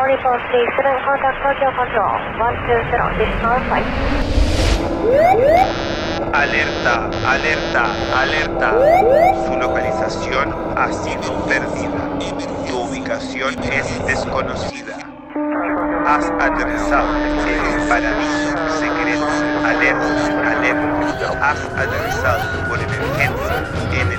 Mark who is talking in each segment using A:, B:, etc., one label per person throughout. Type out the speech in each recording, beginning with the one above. A: 443 contact Tokyo Control 120, this is our flight.
B: Alerta, alerta, alerta. Su localización ha sido perdida. Tu ubicación es desconocida. Has aterrizado en el paraíso secreto. Alerta, alerta. Has aterrizado por emergencia en el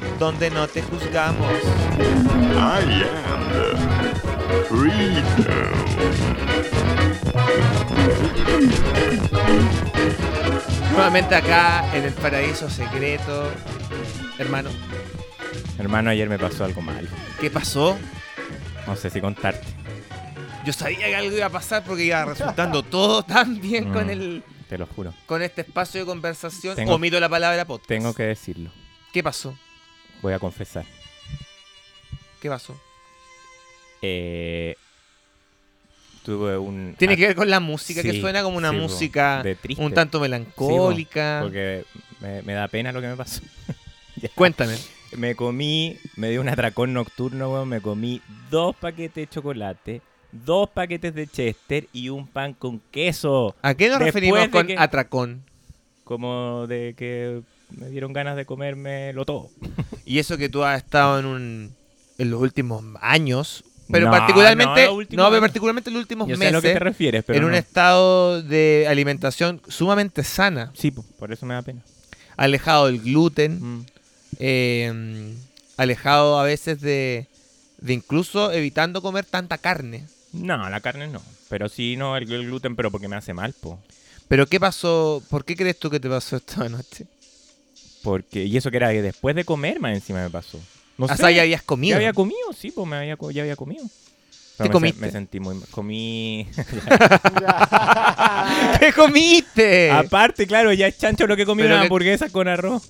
C: donde no te juzgamos.
D: I am freedom.
C: Nuevamente acá en el Paraíso Secreto. Hermano,
E: Hermano, ayer me pasó algo malo.
C: ¿qué pasó?
E: No sé si contarte.
C: Yo sabía que algo iba a pasar porque iba resultando todo tan bien con
E: Mm.
C: el
E: Te lo juro.
C: con este espacio de conversación.
E: Tengo-
C: Omito la palabra podcast.
E: Tengo que decirlo.
C: ¿Qué pasó?
E: Voy a confesar.
C: ¿Qué pasó?
E: Eh, tuve un...
C: Tiene que ver con la música, que
E: Ah, Sí,
C: suena como una
E: sí, po,
C: música
E: de triste.
C: un tanto
E: Sí, po,
C: melancólica.
E: Porque me, me da pena lo que me pasó.
C: Cuéntame.
E: Me comí, me dio un atracón nocturno, weón. Me comí dos paquetes de chocolate, dos paquetes de chester y un pan con queso.
C: ¿A qué nos
E: Después
C: referimos
E: de
C: con
E: que-
C: atracón?
E: Como de que me dieron ganas de comérmelo todo.
C: Y eso que tú has estado en un en los últimos años, pero
E: No,
C: particularmente
E: no,
C: no,
E: los últimos
C: pero
E: años.
C: particularmente en los últimos
E: Yo sé a
C: meses
E: lo que te refieres, pero
C: en un
E: no.
C: estado de alimentación sumamente sana,
E: Sí, po, por eso me da pena.
C: alejado del gluten,
E: Mm.
C: eh, alejado a veces de, de incluso evitando comer tanta carne.
E: No, la carne no. Pero sí, no, el, el gluten, pero porque me hace mal, po.
C: Pero ¿qué pasó? ¿Por qué crees tú que te pasó esta noche?
E: Porque, y eso que era que después de comer, más encima me pasó. No
C: Ah, o
E: sé,
C: sea, ya habías comido.
E: Ya había comido, sí, pues me había, co- ya había comido. Pero me se-
C: comiste?
E: Me sentí muy mal. Comí.
C: ¿Qué comiste?
E: Aparte, claro, ya es chancho lo que comí
C: Pero
E: una
C: que-
E: hamburguesa con arroz.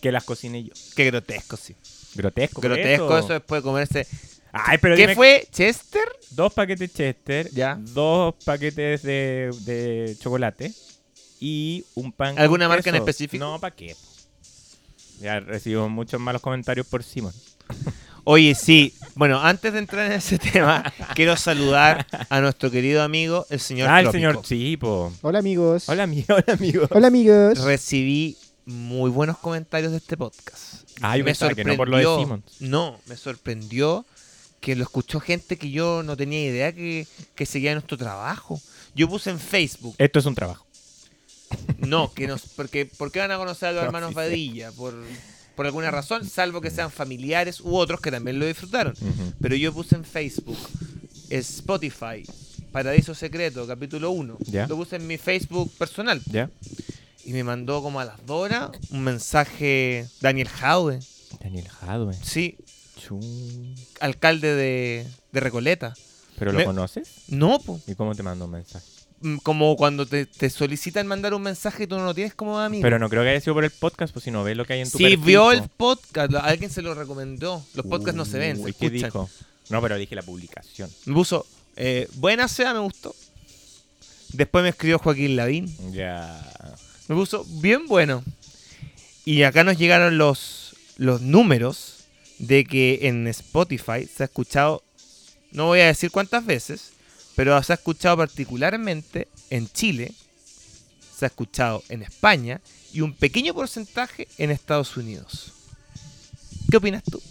E: Que las cociné yo.
C: Qué grotesco, sí.
E: Grotesco. por
C: Grotesco eso después de comerse.
E: Ay, pero
C: ¿Qué
E: dime-
C: fue? ¿Chester?
E: Dos paquetes Chester.
C: Ya.
E: Dos paquetes de, de chocolate. Y un pan. con
C: ¿Alguna marca en
E: queso.
C: específico?
E: No, ¿para qué? Ya recibo muchos malos comentarios por Simon.
C: Oye, sí. Bueno, antes de entrar en ese tema, quiero saludar a nuestro querido amigo, el señor.
E: ah, el
C: Trópico.
E: señor Chipo.
F: Hola amigos.
E: Hola, amigo. Hola, amigo.
F: Hola, amigos.
C: Recibí muy buenos comentarios de este podcast.
E: Ah, yo pensaba que no por lo de Simmons.
C: No, me sorprendió que lo escuchó gente que yo no tenía idea que, que seguía nuestro trabajo. Yo puse en Facebook,
E: Esto es un trabajo.
C: no, que nos, porque, ¿por qué van a conocer a los
E: No,
C: hermanos
E: sí sé.
C: Badilla? Por, por alguna razón, salvo que sean familiares u otros que también lo disfrutaron. Pero yo puse en Facebook, Spotify, Paraíso Secreto, capítulo 1.
E: Ya.
C: Lo puse en mi Facebook personal.
E: ¿Ya?
C: Y me mandó como a las dos horas un mensaje Daniel Jaue,
E: Daniel Hadwe.
C: sí,
E: Chu.
C: alcalde de, de Recoleta.
E: ¿Pero lo
C: Me-
E: conoces?
C: No, po.
E: ¿Y cómo te mando un mensaje?
C: Mm, como cuando te, te solicitan mandar un mensaje y tú no lo tienes como amigo.
E: Pero no creo que haya sido por el podcast, pues si no ves lo que hay en tu
C: Sí,
E: perfil,
C: vio
E: po.
C: el podcast, lo- alguien se lo recomendó. Los podcasts no se ven, se
E: Uy, ¿qué
C: escuchan.
E: dijo? No, pero dije la publicación.
C: Me puso, eh, buena sea, me gustó. Después me escribió Joaquín Lavín.
E: Ya.
C: Me puso, bien bueno. Y acá nos llegaron los, los números de que en Spotify se ha escuchado, no voy a decir cuántas veces, pero se ha escuchado particularmente en Chile, se ha escuchado en España y un pequeño porcentaje en Estados Unidos. ¿Qué opinas tú?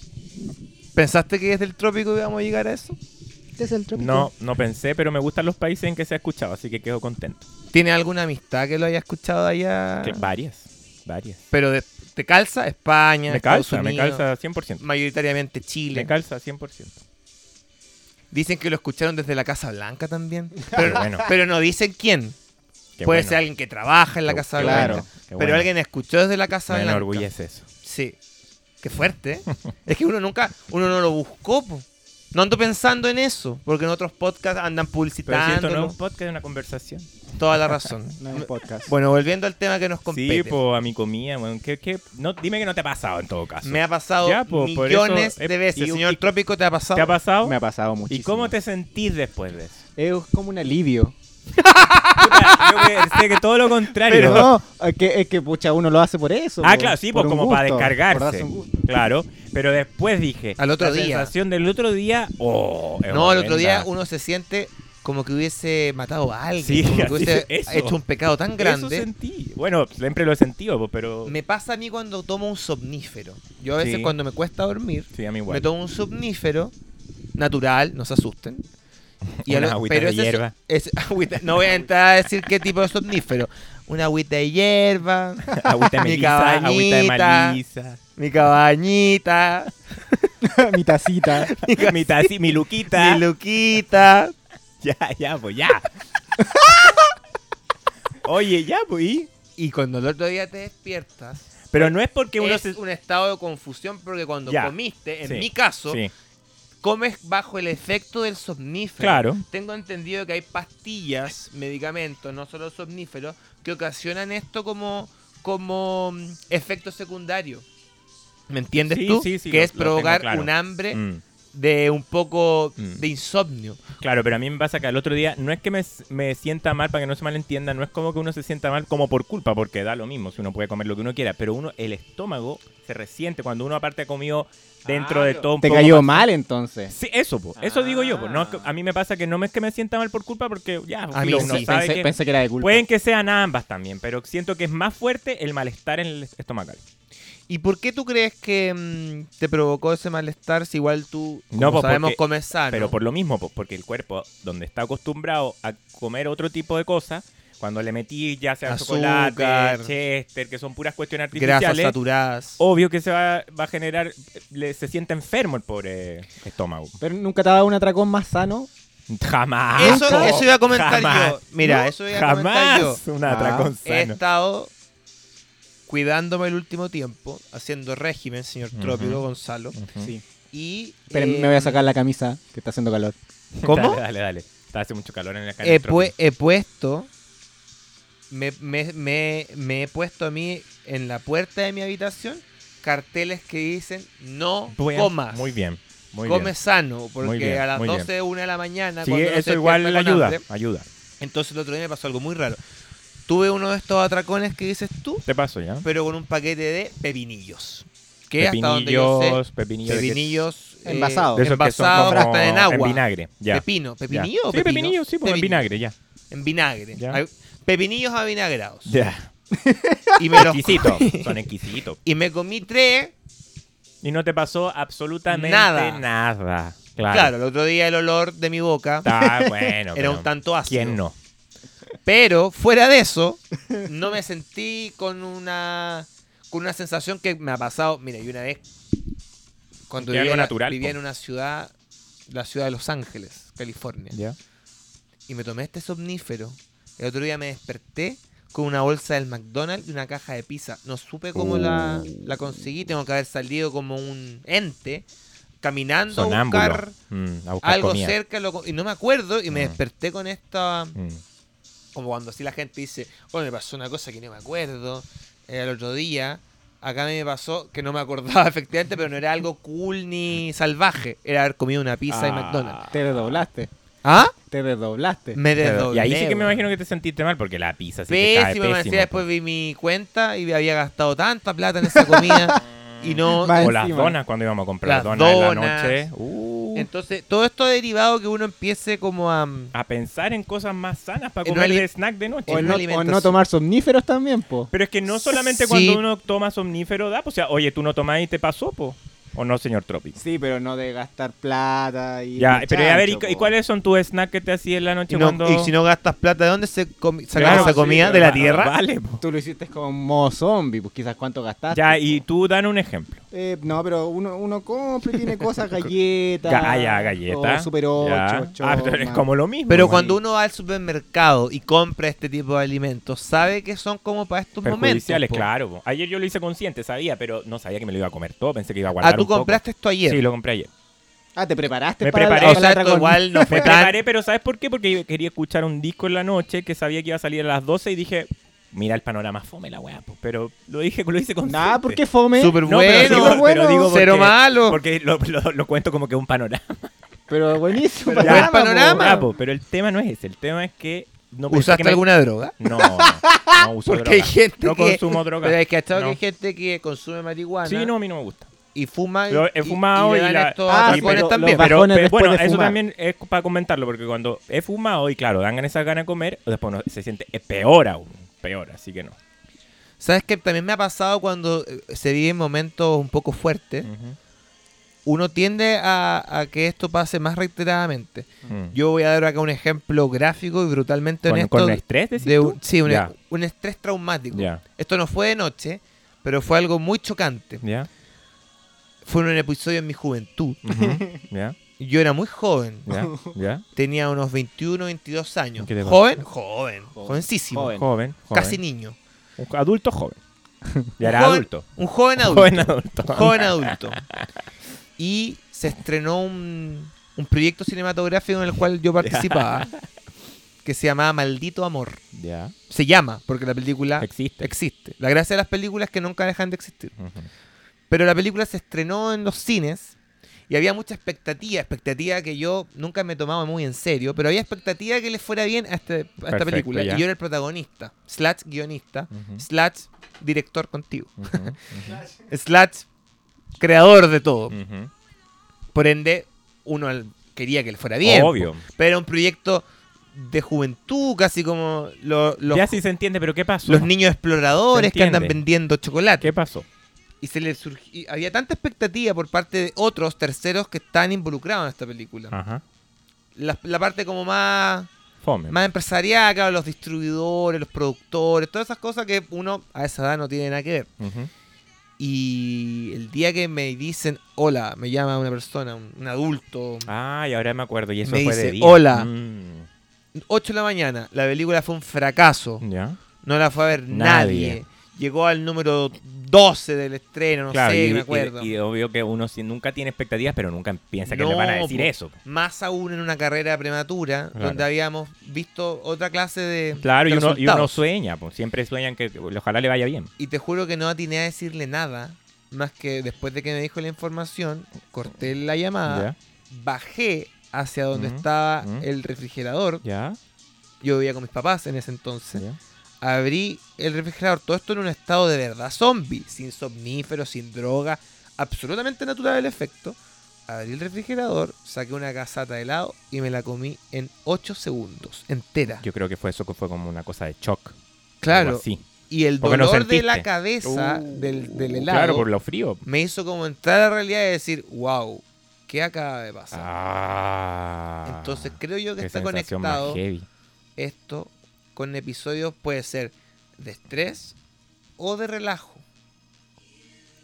C: ¿Pensaste que desde el trópico íbamos a llegar a eso?
F: Este es el trópico.
E: No, no pensé, pero me gustan los países en que se ha escuchado, así que quedo contento.
C: ¿Tiene alguna amistad que lo haya escuchado allá?
E: Que varias, varias.
C: Pero de- te calza España,
E: Me
C: Estados
E: calza, me
C: Unidos,
E: calza 100%.
C: mayoritariamente Chile.
E: Me calza 100%.
C: Dicen que lo escucharon desde la Casa Blanca también. Pero,
E: bueno.
C: pero no dicen quién.
E: Qué
C: Puede
E: bueno,
C: ser alguien que trabaja en la
E: qué-
C: Casa
E: qué
C: Blanca.
E: bueno, qué
C: pero
E: bueno.
C: alguien escuchó desde la Casa
E: Me
C: Blanca.
E: enorgullece eso.
C: Sí. Qué fuerte. ¿eh? es que uno nunca, uno no lo buscó. po. No ando pensando en eso, porque en otros podcasts andan
E: Pero si esto
C: publicitando
E: no es un podcast, es una conversación.
C: toda la razón.
F: No es un podcast.
C: Bueno, volviendo al tema que nos compete.
E: Sí, po, a mi comida, weón. ¿Qué- qué? No, dime que no te ha pasado en todo caso.
C: me ha pasado
E: Ya, po, por eso,
C: millones
E: eh,
C: de veces.
E: y-
C: Señor
E: y-
C: Trópico, ¿te ha pasado?
E: ¿Te ha pasado?
F: Me ha pasado muchísimo.
E: ¿Y cómo te sentís después de eso?
F: Es como un alivio.
E: Puta, yo pensé que todo lo contrario.
F: Pero no, es que, es que pucha, uno lo hace por eso.
E: ah,
F: por-
E: claro, sí,
F: por
E: pues
F: un
E: como para
F: gusto, por darse
E: descargarse.
F: un gusto.
E: Claro, pero después dije.
C: Al otro
E: la
C: día.
E: sensación del otro día. Oh, es
C: no, el otro día
E: horrenda.
C: uno se siente como que hubiese matado a alguien,
E: Sí,
C: como que
E: así
C: hubiese
E: es, eso.
C: hecho un pecado tan grande.
E: Eso sentí. Bueno, siempre lo he sentido, po, pero.
C: Me pasa a mí cuando tomo un somnífero. Yo a veces
E: Sí.
C: cuando me cuesta dormir,
E: Sí, a mí igual.
C: me tomo un somnífero natural, no se asusten. a
E: Una
C: lo-
E: agüita de
C: ese so-
E: hierba.
C: ese agüita- no voy a entrar a decir qué tipo de somnífero. Una agüita de hierba,
E: Agüita de
C: Mi
E: melisa, agüita de
C: cabañita.
E: maliza.
C: mi cabañita,
F: Mi tacita.
E: mi tazi, mi luquita.
C: mi luquita.
E: Ya, ya, pues ya. Oye, ya, pues. ¿y?
C: Y cuando el otro día te despiertas,
E: Pero no es porque uno
C: es
E: se.
C: un estado de confusión porque cuando
E: Ya.
C: comiste, en
E: Sí,
C: mi caso,
E: Sí.
C: comes bajo el efecto del somnífero.
E: Claro.
C: Tengo entendido que hay pastillas, medicamentos, no solo somníferos, que ocasionan esto como, como mm, efecto secundario. ¿Me entiendes
E: Sí,
C: tú?
E: sí, sí,
C: que
E: lo-
C: es
E: lo
C: provocar
E: tengo claro.
C: un hambre
E: Mm.
C: de un poco
E: Mm.
C: de insomnio.
E: Claro, pero a mí me pasa que al otro día no es que me, me sienta mal, para que no se malentienda, no es como que uno se sienta mal como por culpa, porque da lo mismo, si uno puede comer lo que uno quiera, pero uno, el estómago se resiente cuando uno aparte ha comido dentro de
C: Claro.
E: todo un
F: Te
E: poco
F: cayó
E: más.
F: mal entonces.
E: Sí, eso, po, eso digo yo, po, no es que-
F: Ah.
E: a mí me pasa que no es que me sienta mal por culpa, porque ya,
C: A
E: filo,
C: mí
E: uno
C: sí.
E: sabe
F: pensé,
E: que...
F: pensé que era de culpa.
E: Pueden que sean ambas también, pero siento que es más fuerte el malestar en el estomacal.
C: ¿Y por qué tú crees que mm, te provocó ese malestar si igual tú, como
E: No, pues,
C: sabemos,
E: porque-
C: comes sano?
E: Pero por lo mismo, po- porque el cuerpo, donde está acostumbrado a comer otro tipo de cosas, cuando le metí ya sea
C: Azúcar.
E: chocolate, chester, que son puras cuestiones
C: grasas
E: artificiales,
C: saturadas.
E: obvio que se va, va a generar, le- se siente enfermo el pobre estómago.
F: Pero nunca te ha dado un atracón más sano.
E: Jamás.
C: eso,
E: Ah, po.
C: eso iba a comentar
E: Jamás.
C: yo. Mira, eso iba a comentar yo. Ah,
E: Jamás. Un
F: Ah.
E: atracón
C: He
E: sano.
C: estado cuidándome el último tiempo, haciendo régimen, señor Trópico Gonzalo.
E: Ujú.
C: Y.
F: Pero
C: eh,
F: me voy a sacar la camisa que está haciendo calor.
C: ¿Cómo?
E: Dale, dale, dale. Está hace mucho calor en la calle.
C: He, pue- he puesto. Me, me- me- me he puesto a mí en la puerta de mi habitación carteles que dicen no comas.
E: Muy bien. Muy
C: come
E: bien.
C: sano, porque
E: bien,
C: a las
E: muy bien.
C: 12, 1 de la mañana.
E: Sí,
C: cuando uno
E: eso
C: se
E: igual
C: despierta con
E: ayuda.
C: hambre,
E: Ayuda.
C: entonces el otro día me pasó algo muy raro. Tuve uno de estos atracones que dices tú,
E: Te paso ya.
C: pero con un paquete de pepinillos. Que hasta donde yo sé,
E: Pepinillos, pepinillos. de que-
C: pepinillos eh,
F: Envasados.
E: De esos que son
C: envasados,
E: como
C: que están en agua.
E: En vinagre, ya.
C: Pepino,
E: ya.
C: pepinillo o
E: Sí,
C: pepino?
E: pepinillo, sí, pues en
C: Pepinillo.
E: vinagre, ya.
C: En vinagre.
E: Ya.
C: Ay, Pepinillos avinagrados.
E: Ya.
C: Y me los
E: Exquisitos, son exquisitos.
C: y me comí tres.
E: Y no te pasó absolutamente
C: Nada.
E: nada. Nada. Claro.
C: Claro. el otro día el olor de mi boca
E: Está bueno.
C: era
E: pero
C: un tanto ácido.
E: ¿Quién no?
C: Pero fuera de eso, no me sentí con una con una sensación que me ha pasado. Mira, y una vez cuando
E: Que
C: vivía,
E: algo
C: en la-
E: natural,
C: vivía
E: po.
C: en una ciudad, la ciudad de Los Ángeles, California.
E: Ya.
C: y me tomé este somnífero. El otro día me desperté con una bolsa del McDonald's y una caja de pizza. No supe cómo la,
E: Oh.
C: la conseguí. Tengo que haber salido como un ente caminando a
E: Sonámbulo.
C: buscar
E: Mm, a buscar
C: algo
E: comida.
C: cerca. lo co- y no me acuerdo y me
E: Mm.
C: desperté con esta...
E: Mm.
C: Como cuando así la gente dice, bueno, me pasó una cosa que no me acuerdo. eh, el otro día, acá me pasó que no me acordaba efectivamente, pero no era algo cool ni salvaje. Era haber comido una pizza de
E: Ah.
C: McDonald's.
F: Te desdoblaste.
C: ¿Ah?
F: Te desdoblaste.
C: Me
E: Pero-
C: desdoblé.
E: Y ahí sí que me
C: weón.
E: imagino que te sentiste mal porque la pizza sí te cae
C: pésimo, me
E: pésimo.
C: decía, después vi mi cuenta y había gastado tanta plata en esa comida y no...
F: Mal.
E: O las
F: Encima.
E: donas cuando íbamos a comprar
C: Las
E: donas, en
C: donas.
E: la noche. Uh,
C: Entonces, todo esto ha derivado que uno empiece como a...
E: a pensar en cosas más sanas para
C: En
E: comer
C: reali-
E: de snack de noche.
F: O
C: en
F: no, o
C: alimentación.
F: no tomar somníferos también, po.
E: Pero es que no solamente
C: Sí.
E: cuando uno toma somnífero da, pues, o sea, oye, tú no tomás y te pasó, po. O no, señor Trópico.
F: Sí, pero no de gastar plata y...
E: Ya, pero a ver, ¿y,
F: chancho,
E: y
F: po.
E: cuáles son tus snacks que te hacías en la noche
C: Y, no-
E: cuando...?
C: y si no gastas plata, ¿de dónde se comi- sacas
E: Claro,
C: esa
E: sí,
C: comida?
E: pero
C: ¿De la
E: va-
C: tierra?
E: Vale, po.
F: Tú lo hiciste como modo zombie, pues quizás cuánto gastaste.
E: Ya,
F: po.
E: y tú dan un ejemplo.
F: Eh, no, pero uno, uno compra y tiene cosas, galletas.
E: Ga- ah, ya, galleta.
F: O Oh, super
E: ya.
F: 8,
E: Ah, pero es como lo mismo.
C: Pero
E: man.
C: cuando uno va al supermercado y compra este tipo de alimentos, sabe que son como para estos momentos.
E: Perjudiciales,
C: po.
E: claro. po. Ayer yo lo hice consciente, sabía, pero no sabía que me lo iba a comer todo. Pensé que iba a guardar
C: Ah, tú
E: un poco.
C: compraste esto ayer.
E: Sí, lo compré ayer.
F: Ah, te preparaste
E: Me
F: para
E: preparé.
F: la,
C: O
F: para la
C: sea, esto
F: Dragon-
C: igual no fue
E: Me
C: tan...
E: preparé, pero ¿sabes por qué? Porque quería escuchar un disco en la noche que sabía que iba a salir a las 12 y dije, mira el panorama, fome la weá. po". Pero lo dije, lo hice con...
F: Nah,
E: suerte.
F: porque fome.
C: Súper
E: No, pero
C: bueno,
E: digo-
F: súper bueno.
E: pero digo porque-
C: cero malo.
E: Porque lo, lo- lo cuento como que un panorama.
F: Pero buenísimo.
C: Pero
F: panorama,
C: ya, panorama.
F: po.
E: Ya, po, pero el tema no es ese. El tema es que... No pensé
C: ¿Usaste
E: que me-
C: alguna droga?
E: No, no, no uso
C: Porque
E: droga.
C: hay gente
E: no
C: que...
E: consumo droga.
C: Pero es que hasta
E: No.
C: que hay gente que consume marihuana
E: Sí, no, a mí no me gusta.
C: y fuma... y-
E: Pero he
C: y-
E: fumado
C: y,
E: y
C: le dan
E: la-
C: estos
F: Ah,
C: atracones
F: pero
C: también.
F: los
E: Pero,
F: bajones
E: pero
F: después
E: bueno,
F: de
E: eso
F: fumar.
E: también es para comentarlo, porque cuando he fumado y claro, dan esas ganas de comer, después uno se siente eh, peor aún. Peor, así que no.
C: ¿Sabes qué? También me ha pasado cuando eh, se viven momentos un poco
E: Mm.
C: fuertes. Uno tiende a, a que esto pase más reiteradamente.
E: Mm.
C: Yo voy a dar acá un ejemplo gráfico y brutalmente
E: ¿Con-
C: honesto.
E: con estrés, decís
C: de un,
E: tú?
C: Sí, un, e-,
E: Ya.
C: un estrés traumático.
E: Ya.
C: Esto no fue de noche, pero fue algo muy chocante.
E: ¿Ya?
C: Fue un episodio en mi juventud.
E: Ujú. ¿Ya?
C: Yo era muy joven.
E: ¿Ya? ¿Ya?
C: Tenía unos 21, 22 años.
E: ¿Qué te pasa?
C: ¿Joven? Joven. Jovencísimo.
F: Joven.
E: Joven, joven.
C: Casi niño.
E: Un jo- adulto joven. Ya era
C: Un joven-
E: adulto.
C: Un joven adulto.
E: Joven adulto.
C: joven adulto. Y se estrenó un, un proyecto cinematográfico en el cual yo participaba, que se llamaba Maldito Amor.
E: Ya.
C: Se llama, porque la película
E: Existe.
C: existe. La gracia de las películas es que nunca dejan de existir.
E: Ujú.
C: Pero la película se estrenó en los cines y había mucha expectativa, expectativa que yo nunca me tomaba muy en serio, pero había expectativa que le fuera bien a, este- a esta
E: Perfecto,
C: película.
E: ya.
C: Y yo era el protagonista, slash guionista,
E: Ujú.
C: slash director contigo,
E: Ujú.
C: slash creador de todo.
E: Ujú.
C: Por ende, uno al- quería que le fuera bien.
E: Obvio.
C: Pero era un proyecto de juventud, casi como lo- los,
E: ya sí se entiende, pero ¿qué pasó?
C: los niños exploradores
E: Se
C: que andan
E: entiende.
C: vendiendo chocolate.
E: ¿Qué pasó?
C: Y se le surgi- había tanta expectativa por parte de otros terceros que están involucrados en esta película.
E: Ajá.
C: La, la parte como más,
E: Fome.
C: más empresarial, claro, los distribuidores, los productores, todas esas cosas que uno a esa edad no tiene nada que ver.
E: Ujú.
C: Y el día que me dicen, hola, me llama una persona, un, un adulto,
E: Ay, ahora me acuerdo. Y eso
C: Me
E: fue de
C: dice,
E: día.
C: "Hola".
E: Mm.
C: 8 de la mañana, la película fue un fracaso.
E: Ya.
C: No la fue a ver nadie.
E: Mm. Nadie.
C: Llegó al número 12 del estreno, no
E: Claro,
C: sé,
E: y,
C: me acuerdo.
E: y- y obvio que uno si- nunca tiene expectativas, pero nunca piensa que le van a
C: No,
E: decir
C: po.
E: eso. po.
C: Más aún en una carrera prematura,
E: Claro.
C: donde habíamos visto otra clase de.
E: Claro, y
C: de
E: uno, y uno
C: resultados.
E: sueña, po. siempre sueñan que que ojalá le vaya bien.
C: Y te juro que no atiné a decirle nada, más que después de que me dijo la información, corté la llamada, bajé hacia donde
E: Ujú,
C: estaba
E: ujú.
C: el refrigerador.
E: Ya,
C: Yo vivía con mis papás en ese entonces.
E: ya.
C: abrí el refrigerador. Todo esto en un estado de verdad zombie, sin somníferos, sin droga, absolutamente natural el efecto. Abrí el refrigerador, saqué una casata de helado y me la comí en 8 segundos, entera.
E: Yo creo que fue eso que fue como una cosa de shock.
C: claro,
E: Sí.
C: y el
E: porque no
C: dolor de la
E: sentiste.
C: cabeza del, del helado
E: Uh, Claro, por lo frío.
C: me hizo como entrar a la realidad y decir, wow, ¿qué acaba de pasar?
E: Ah.
C: Entonces creo yo que
E: qué
C: está
E: sensación más
C: conectado
E: heavy.
C: esto con episodios puede ser de estrés o de relajo.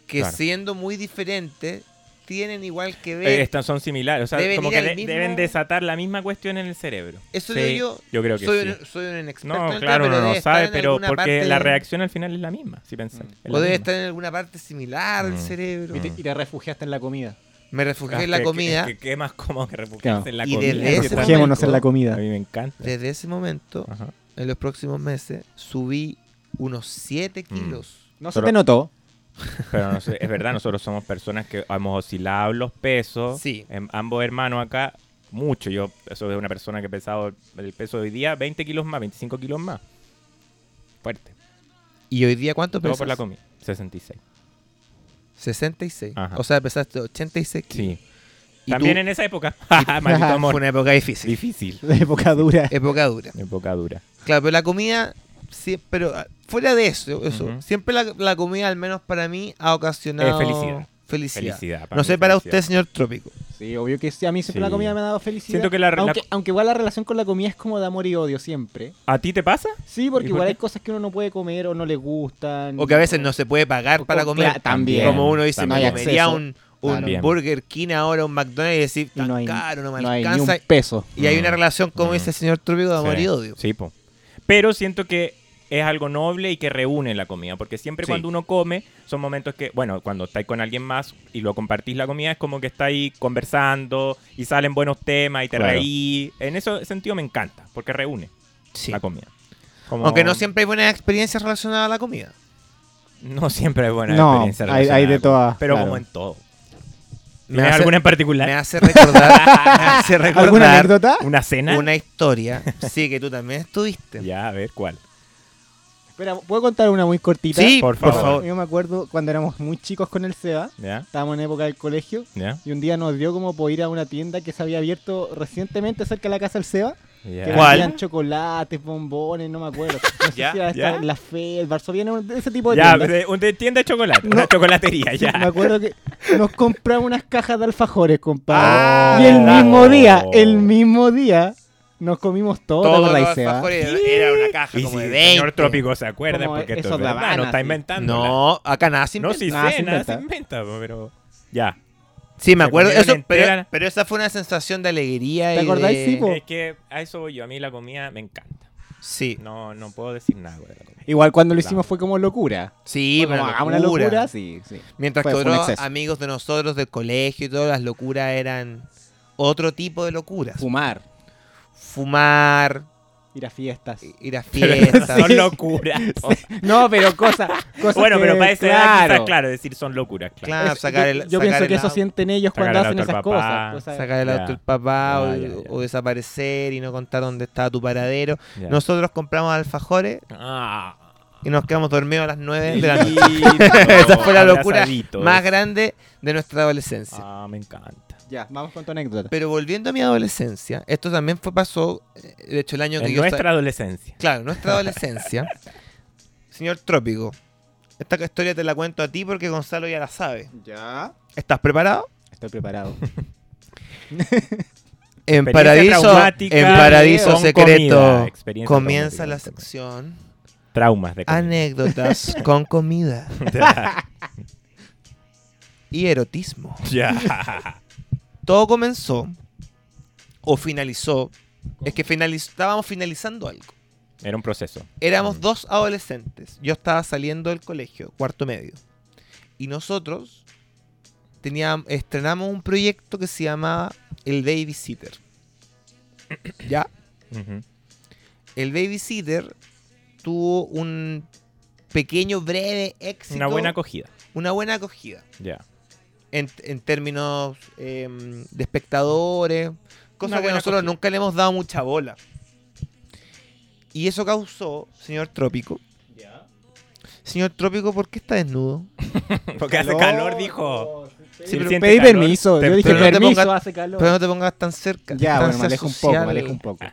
C: Que
E: Claro.
C: siendo muy diferentes, tienen igual que ver.
E: Eh, estas son similares, o sea,
C: deben
E: como
C: ir
E: que
C: al
E: de-
C: mismo-
E: deben desatar la misma cuestión en el cerebro.
C: Eso
E: Sí,
C: digo yo.
E: Yo creo que
C: soy,
E: sí.
C: un, soy un experto en
E: No,
C: el tema,
E: claro,
C: pero
E: uno
C: debe
E: no
C: estar
E: sabe,
C: en
E: pero
C: alguna
E: porque
C: parte-
E: la reacción al final es la misma, si pensás. es la
C: O debe
E: misma.
C: estar en alguna parte similar del
E: Mm.
C: cerebro.
F: Y te, y te refugiaste en la comida.
C: Me refugié
E: Ah,
C: en
E: que-
C: la
E: que-
C: comida.
E: que- que más cómodo que refugiarse
F: Claro.
E: en la
C: Y
E: comida.
C: desde ese
E: Yo Eh, también-
C: momento-
F: Refugiémonos en la
E: A
F: comida.
E: mí me encanta.
C: Desde ese momento,
E: Ajá.
C: en los próximos meses, subí unos 7
E: Mm.
C: kilos.
F: No se
E: Pero-
F: te notó.
E: Pero no sé, es verdad, nosotros somos personas que hemos oscilado los pesos.
C: Sí.
E: Em, ambos hermanos acá, mucho. Yo soy una persona que he pesado el peso de hoy día, 20 kilos más, 25 kilos más. Fuerte.
C: ¿Y hoy día cuánto
E: Todo
C: pesas?
E: por la comida. 66.
C: 66.
E: Ajá.
C: O sea, pesaste 86 kilos.
E: Sí.
C: ¿Y
E: También
C: tú?
E: en esa época. Maldito
C: Fue
E: amor.
C: una época difícil.
E: Difícil.
F: La época dura.
C: Época dura.
E: Época dura.
C: Claro, pero la comida, sí, pero ah, fuera de eso, eso
E: Ujú.
C: siempre la, la comida, al menos para mí, ha ocasionado
E: Eh, felicidad.
C: Felicidad.
E: Felicidad.
C: no
E: mí,
C: sé para
E: felicidad.
C: usted, señor Trópico.
F: Sí, obvio que sí, a mí siempre
E: Sí.
F: la comida me ha dado felicidad.
E: Siento que la- la-
F: aunque, aunque igual la relación con la comida es como de amor y odio siempre.
E: ¿A ti te pasa?
F: Sí,
E: ¿Y
F: porque
E: por
F: igual
E: qué?
F: hay cosas que uno no puede comer o no le gustan.
C: O que a veces no se puede pagar para
F: O-
C: comer.
F: cla- también.
C: Como uno dice,
E: También.
C: me
F: No hay
C: comería
F: acceso.
C: un, un
E: Claro.
C: Burger King ahora, un McDonald's, y decir,
F: Y
C: tan
F: no hay-
C: caro, no me
F: no hay ni un
C: alcanza.
F: peso.
C: y hay una
E: Mm.
C: relación, como
E: Mm.
C: dice el señor Trópico, de amor
E: Sí.
C: y odio.
E: Sí, po. Pero siento que es algo noble y que reúne la comida. Porque siempre
C: Sí.
E: cuando uno come, son momentos que, bueno, cuando estáis con alguien más y lo compartís la comida, es como que estáis conversando y salen buenos temas y te
G: Claro.
E: reís. En ese sentido me encanta, porque reúne
C: Sí.
E: la comida. Como-
C: Aunque no siempre hay buenas experiencias relacionadas a la comida.
E: No siempre es buena
F: No,
E: experiencia.
F: hay- hay de
E: relacionada con-
F: todas,
E: Pero
F: claro.
E: como en todo.
C: Me
E: ¿Tienes
C: hace-
E: alguna en particular?
C: Me hace recordar, me hace recordar
F: ¿Alguna anécdota?
E: ¿Una cena?
C: una historia. Sí, que tú también estuviste.
E: Ya, a ver, ¿cuál?
F: Espera, ¿puedo contar una muy cortita?
C: Sí,
E: Por
C: por
E: favor.
C: favor.
F: Yo me acuerdo cuando éramos muy chicos con el SEBA,
E: ¿Ya?
F: estábamos en época del colegio,
E: ¿Ya?
F: y un día nos dio como por ir a una tienda que se había abierto recientemente cerca de la casa del SEBA,
E: ya.
F: que
C: ¿Cuál?
F: vendían chocolates, bombones, no me acuerdo. No sé
C: Ya,
F: si era esta-
E: ya.
F: la fe, el Varsovia, no, ese tipo de
E: Ya,
F: tiendas.
E: de- un- de tienda de chocolate,
F: No.
E: una chocolatería,
F: Sí, Me
E: ya.
F: acuerdo que nos compramos unas cajas de alfajores,
E: Ah,
F: compadre. y el
E: ¿verdad?
F: mismo día,
E: Oh.
F: el mismo día, nos comimos todo,
C: Todos
F: ¿te
C: los
F: acordáis, Seba?
C: alfajores era una caja
E: Y
C: como
E: si
C: de
E: el
C: 20.
E: señor Trópico se acuerda,
F: Como
E: porque esto
F: esos
E: es verdad,
F: Habana,
E: no está
F: sí.
E: inventando.
C: No, acá nada se
E: no,
C: inventa.
E: si
F: nada se
E: sé, nada se
F: inventa.
E: inventa, pero... Ya.
C: Sí, me
E: Se
C: acuerdo.
E: comieron
C: Eso,
E: entera.
C: pero, pero esa fue una sensación de alegría.
F: ¿Te
C: y
F: acordáis,
C: de-
F: sí, po?
E: Es que a eso voy yo, a mí la comida me encanta.
C: Sí,
E: No, no puedo decir nada de la comida.
F: Igual cuando lo hicimos fue como locura.
C: sí,
F: Fue como,
C: pero
F: "Hagamos una
C: locura.
F: locura, sí, sí.
C: Mientras
F: Fue-
C: que
F: fue un
C: otros
F: exceso.
C: amigos de nosotros del colegio y todas las locuras eran otro tipo de locuras.
F: Fumar,
C: Fumar,
F: ir a fiestas.
C: ir a fiestas.
E: Son locuras.
F: No, pero cosas. cosas
E: bueno, pero
F: que-
E: para esa edad,
F: claro.
E: quizás, claro, decir son locuras, claro.
C: Claro,
F: Es-
C: sacar
F: yo-
C: el.
F: yo
C: sacar
F: pienso
C: el
F: que eso
C: agua.
F: sienten ellos
E: Sacar
F: cuando
E: el
F: hacen
E: auto al
F: esas
E: papá,
F: cosas. cosas-
C: Sacar el auto
E: Ya.
C: del papá o,
E: Ya, ya, ya.
C: o desaparecer y no contar dónde estaba tu paradero.
E: Ya.
C: Nosotros compramos alfajores
E: Ah,
C: y nos quedamos dormidos a las 9 de la noche.
E: lindo,
C: Esa fue la locura
E: abrazaditos.
C: más grande de nuestra adolescencia.
E: Ah, me encanta.
F: Ya, vamos con tu anécdota.
C: Pero volviendo a mi adolescencia, esto también fue pasó, eh, de hecho, el año que
E: En
C: yo... sa-
E: nuestra adolescencia.
C: Claro, nuestra adolescencia. Señor Trópico, esta historia te la cuento a ti porque Gonzalo ya la sabe.
F: Ya.
C: ¿Estás preparado?
F: Estoy preparado.
C: En
E: Experiencia
C: Paraíso,
E: traumática
C: en paraíso
E: con
C: Secreto
E: comida. Experiencia
C: comienza
E: traumática
C: la
E: con comida.
C: sección
E: Traumas de comida.
C: Anécdotas con comida y erotismo.
E: Ya.
C: Todo comenzó o finalizó. Es que finaliz- estábamos finalizando algo.
E: Era un proceso.
C: Éramos
E: Mm.
C: dos adolescentes. Yo estaba saliendo del colegio, cuarto medio. Y nosotros teníamos, estrenamos un proyecto que se llamaba El Babysitter. ¿Ya?
E: Ujú.
C: El Babysitter tuvo un pequeño, breve éxito.
E: Una buena acogida.
C: una buena acogida.
E: Ya.
C: En, en términos eh, de espectadores.
E: Una
C: Cosa que
E: buena
C: nosotros
E: acogida.
C: nunca le hemos dado mucha bola. Y eso causó, señor Trópico, Señor Trópico, ¿por qué está desnudo?
E: Porque hace calor, dijo.
C: Sí, pero
E: siente
F: Pedí
E: calor,
F: permiso.
E: te-
F: Yo dije
C: pero no te
F: permiso,
C: pongas-
F: hace calor.
C: Pero no te pongas tan cerca.
F: Ya, bueno,
C: distancia
F: me alejo un poco, me
C: social.
F: alejo un poco.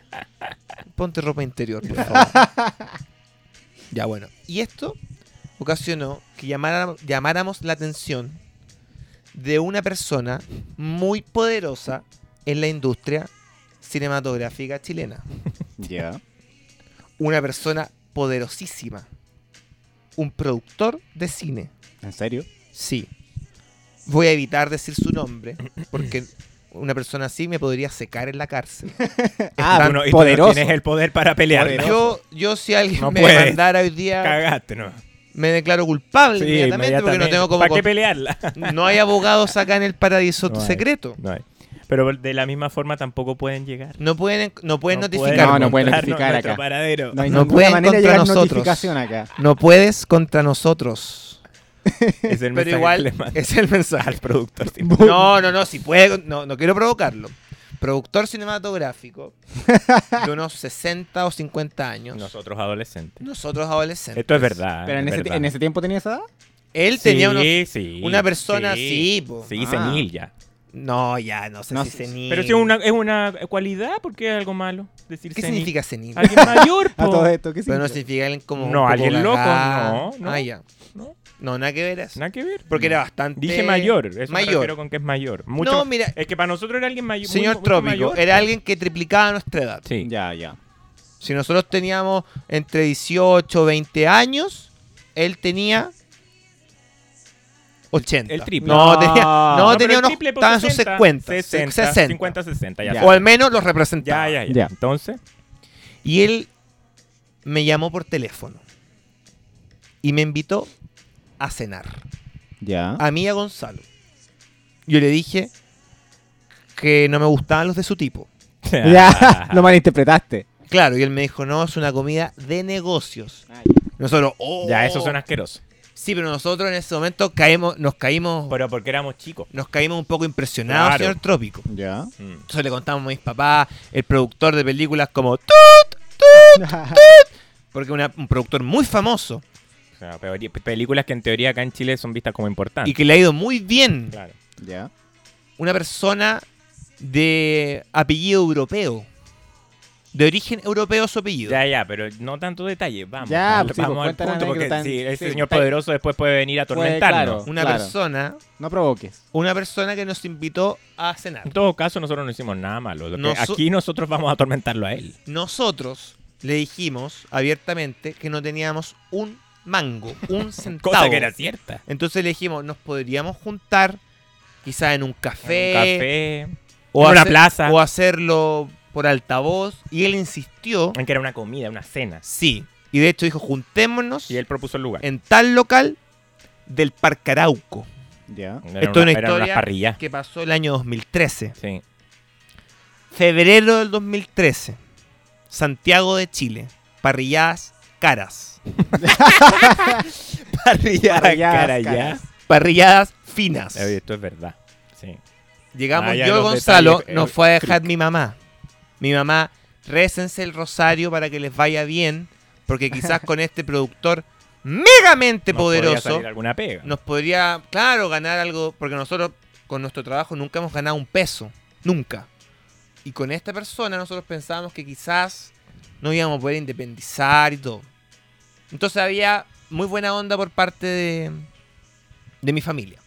C: Ponte ropa interior, por favor. ya, bueno. Y esto ocasionó que llamara- llamáramos la atención de una persona muy poderosa en la industria cinematográfica chilena.
F: Ya.
C: Una persona poderosísima. Un productor de cine.
F: ¿En serio?
C: Sí. Voy a evitar decir su nombre porque una persona así me podría secar en la cárcel.
F: Ah,
E: Tú no- y tú no
F: poderoso.
E: tienes el poder para pelear.
C: Yo, yo si alguien
E: No
C: me
E: puedes.
C: mandara hoy día,
E: Cagaste, ¿no?
C: me declaro culpable
E: Sí,
C: inmediatamente, porque no tengo como
E: ¿Para qué pelearla?
C: no hay abogados acá en el paraíso
E: No hay.
C: secreto.
E: No hay. Pero de la misma forma tampoco pueden llegar.
C: No pueden, no pueden
F: No,
C: notificarnos.
F: no pueden
E: encontrarnos
F: notificar
E: nuestro
F: acá.
E: paradero.
F: No hay
C: No
F: ninguna
C: pueden
F: manera de
C: contra
F: llegar
C: nosotros.
F: notificación acá.
C: No puedes contra nosotros.
E: Es
C: Pero
E: el mensaje
C: igual
E: que le mando
C: es el mensaje.
E: al productor. sí.
C: No, no, no, si puede, no, no quiero provocarlo. Productor cinematográfico de unos 60 o 50 años.
E: Nosotros adolescentes.
C: Nosotros adolescentes.
E: Esto es verdad.
F: Pues, Pero en
E: Ah, es
F: ese, ti-
E: verdad.
F: en ese tiempo tenía esa edad.
C: Él tenía
E: Sí,
C: unos...
E: sí,
C: una persona así, pues.
E: Sí,
C: po.
E: sí
F: Ah.
E: senil ya.
C: No, ya, no sé
F: No
C: si
F: sé.
C: senil.
E: Pero si es una, es una cualidad, ¿por qué es algo malo decir
C: ¿Qué
E: senil?
C: significa senil?
E: Alguien mayor,
F: A
E: po.
F: todo esto, ¿qué
C: Pero no
F: significa?
C: significa alguien como... un
E: No,
C: poco
E: alguien loco,
C: gagá.
E: no, no.
C: Ah, ya.
E: No.
C: No, nada que ver eso.
E: Nada que ver.
C: Porque era bastante...
E: Dije mayor, eso me refiero
C: Mayor.
E: con que es mayor. Mucho-
C: No, mira.
E: Es que para nosotros era alguien mayor.
C: Señor
E: muy- mucho
C: Trópico,
E: mayor.
C: era alguien que triplicaba nuestra edad.
E: Sí.
F: Ya, ya.
C: Si nosotros teníamos entre 18 20 años, él tenía 80.
E: El triple.
C: No, tenía, no,
E: No, pero
C: tenía
E: el
C: unos...
E: triple, pues,
C: estaba en sus 50.
E: 60,
C: 60.
E: 50, 60, ya.
C: O al menos los
E: Ya,
C: representaba.
E: ya, ya.
F: Ya.
E: Entonces,
C: Y él me llamó por teléfono. y me invitó a cenar.
F: Ya.
E: ¿Ah?
C: A mí y a Gonzalo. Yo le dije que no me gustaban los de su tipo.
F: Ya, lo malinterpretaste.
C: Claro, y él me dijo, no, es una comida de negocios. Nosotros, oh.
E: Ya, esos son asquerosos.
C: Sí, pero nosotros en ese momento caemos, nos caímos,
E: Pero porque éramos chicos.
C: nos caímos un poco impresionados,
E: Claro.
C: señor Trópico.
F: Ya.
E: Mm.
C: Entonces le contamos a mis papás, el productor de películas como Tut, porque una- un productor muy famoso
E: O sea, peori- películas que en teoría acá en Chile son vistas como importantes.
C: y que le ha ido muy bien.
E: Claro.
F: ya.
C: Una persona de apellido europeo, de origen europeo su apellido.
E: Ya, ya, pero no tanto detalle. Vamos.
F: Ya,
E: vamos,
F: pues sí, pues,
E: vamos al
F: cuenta la
E: punto, porque
F: anécdota en-
E: sí, ese
F: sí,
E: señor
F: está-
E: poderoso después puede venir a
F: Fue,
E: atormentarnos.
F: claro.
C: Una persona,
F: No provoques.
C: una persona que nos invitó a cenar.
E: En todo caso, nosotros no hicimos nada malo. Lo que-
C: Noso-
E: Aquí nosotros vamos a atormentarlo a él.
C: Nosotros le dijimos abiertamente que no teníamos un mango, un centavo.
E: Cosa que era cierta.
C: Entonces le dijimos, nos podríamos juntar quizá en un café,
E: Un café.
C: o
E: en una
C: hacer-
E: plaza.
C: o hacerlo por altavoz y él insistió,
E: En que era una comida, una cena.
C: sí, y de hecho dijo, juntémonos
E: Y él propuso el lugar.
C: en tal local del Parque Arauco,
F: Ya.
E: Era
C: esto es una
E: eran unas
C: historia
E: parrillas.
C: que pasó el año 2013,
E: Sí.
C: febrero del 2013, Santiago de Chile, parrilladas caras,
E: Parrillas,
F: Parrilladas,
E: cara, ya.
F: caras.
C: parrilladas finas.
E: Oye, Esto es verdad. Sí.
C: Llegamos
E: Ah, ya,
C: yo y
E: los
C: Gonzalo,
E: detalles, eh,
C: nos fue a dejar mi mamá. Mi mamá, récense el rosario para que les vaya bien, porque quizás con este productor megamente
E: Nos podría
C: poderoso
E: salir alguna pega.
C: nos podría, claro, ganar algo, porque nosotros con nuestro trabajo nunca hemos ganado un peso, nunca. Y con esta persona nosotros pensábamos que quizás no íbamos a poder independizar y todo. Entonces había muy buena onda por parte de, de mi familia.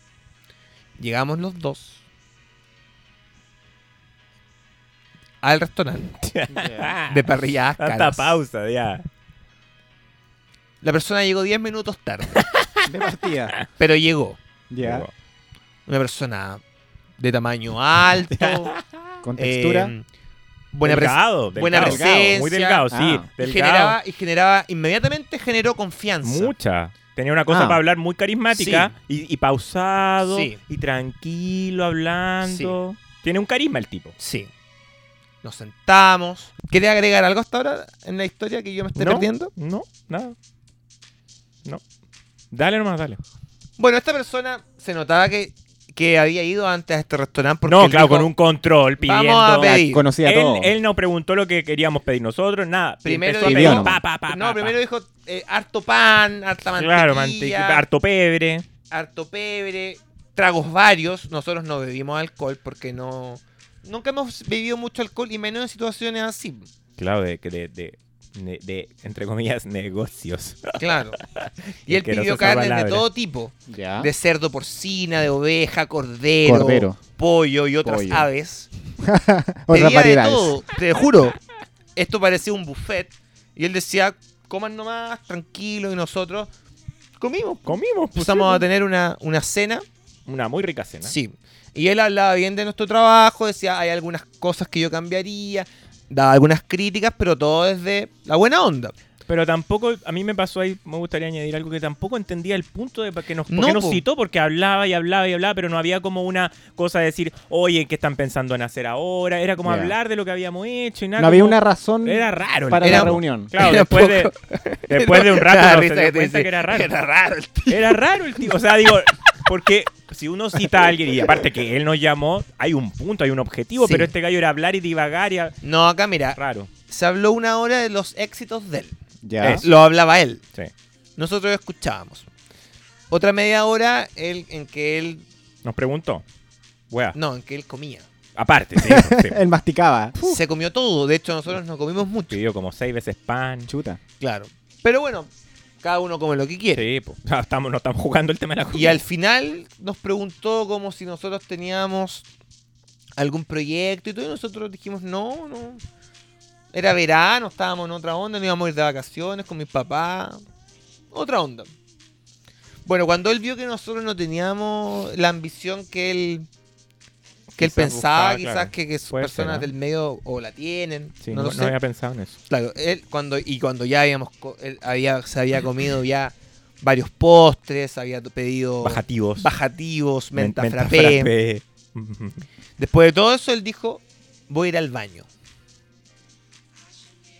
C: Llegamos los dos al restaurante de parrilladas
E: Ah, Tanta
C: caras.
E: pausa, ya.
C: La persona llegó 10 minutos tarde,
F: De partida.
C: pero llegó.
F: Ya.
E: Luego,
C: Una persona de tamaño alto.
F: Con textura.
C: eh, buena pres-
E: delgado,
C: buena
E: delgado,
C: presencia.
E: Muy delgado, sí.
F: Ah.
C: y
E: delgado.
C: generaba, y generaba, inmediatamente generó confianza.
E: Mucha. Tenía una cosa
F: Ah.
E: para hablar muy carismática y, y pausado
C: Sí.
E: y tranquilo hablando. Tiene un carisma el tipo.
C: Sí. Nos sentamos. ¿Quieres agregar algo hasta ahora en la historia que yo me esté
E: ¿No?
C: perdiendo?
E: No, nada. No. Dale nomás, dale.
C: Bueno, esta persona se notaba que, que había ido antes a este restaurante porque
E: no,
C: él
E: claro,
C: dijo,
E: con un control pidiendo.
C: Vamos a pedir.
F: Conocía
E: Él,
F: todo.
E: él no preguntó lo que queríamos pedir nosotros, nada.
C: Primero
E: Empezó a
F: dijo-
E: pedir, pa, pa, pa,
C: no,
E: pa,
C: primero
E: pa.
C: dijo eh, harto pan, harta mantequilla,
E: Claro, mantequilla, harto pebre.
C: harto pebre, tragos varios. Nosotros no bebimos alcohol porque no... Nunca hemos bebido mucho alcohol y menos en situaciones así.
E: Claro, de, de, de, de- de, entre comillas, negocios.
C: Claro. Y él
E: Asquerosa
C: pidió
E: esa
C: carnes de
E: palabra.
C: todo tipo.
F: Ya.
E: ¿Ah?
C: De cerdo, porcina, de oveja, cordero,
F: Cordero.
C: pollo y otras
F: Pollo.
C: aves.
F: Otras
C: Pedía de
F: variedades.
C: todo, te juro. Esto parecía un buffet. Y él decía, coman nomás, tranquilo. Y nosotros comimos.
E: Comimos, pues,
C: Empezamos a tener una, una cena.
E: Una muy rica cena.
C: Sí. Y él hablaba bien de nuestro trabajo, decía, hay algunas cosas que yo cambiaría. Daba algunas críticas, pero todo desde la buena onda.
E: Pero tampoco, a mí me pasó ahí, me gustaría añadir algo que tampoco entendía el punto de pa- que nos, por
C: No,
E: qué nos
C: po.
E: citó, porque hablaba y hablaba y hablaba, pero no había como una cosa de decir, oye, ¿qué están pensando en hacer ahora? Era como
F: Ya.
E: hablar de lo que habíamos hecho y nada.
F: No había
E: como-
F: una razón
E: Era raro. el
F: para
C: Era-
F: la reunión.
E: Claro,
C: Era
E: después, de, después de un
C: Me da
E: rato nos
C: risa
E: se dio
C: que te
E: cuenta
C: dice,
E: que era raro.
C: Era raro el tío.
E: Era raro el tío. O sea, digo, porque si uno cita a alguien y aparte que él nos llamó, hay un punto, hay un objetivo,
C: Sí.
E: pero este gallo era hablar y divagar y a-
C: No, acá mira,
E: raro.
C: se habló una hora de los éxitos de él. ¿ah?
F: Ya.
E: Eso.
C: Lo hablaba él.
E: Sí.
C: Nosotros escuchábamos. Otra media hora él, en que él.
E: Nos preguntó. Wea.
C: No, en que él comía.
E: Aparte, sí, eso, sí.
F: Él masticaba.
C: Se comió todo. De hecho, nosotros no comimos mucho.
E: Pidió como seis veces pan.
F: Chuta.
C: Claro. Pero bueno, cada uno come lo que quiere.
E: Sí, po. Ah, estamos, no estamos jugando el tema de la
C: Y
E: comida.
C: al final nos preguntó como si nosotros teníamos algún proyecto y todo. Y nosotros dijimos, no, no. Era verano, estábamos en otra onda, no íbamos a ir de vacaciones con mis papás. Otra onda. Bueno, cuando él vio que nosotros no teníamos la ambición que él, que él
E: Quizás
C: pensaba,
E: buscaba,
C: quizás
E: claro.
C: que, que sus
E: Puede ser,
C: personas
E: ¿eh?
C: del medio o la tienen,
E: Sí,
C: no,
E: no,
C: lo
E: no
C: sé.
E: había pensado en eso.
C: Claro, él cuando y cuando ya habíamos co- él había se había comido ya varios postres, había pedido
E: Bajativos.
C: bajativos,
E: Men-
C: menta, frappé.
E: frappé.
C: Después de todo eso, él dijo, voy a ir al baño.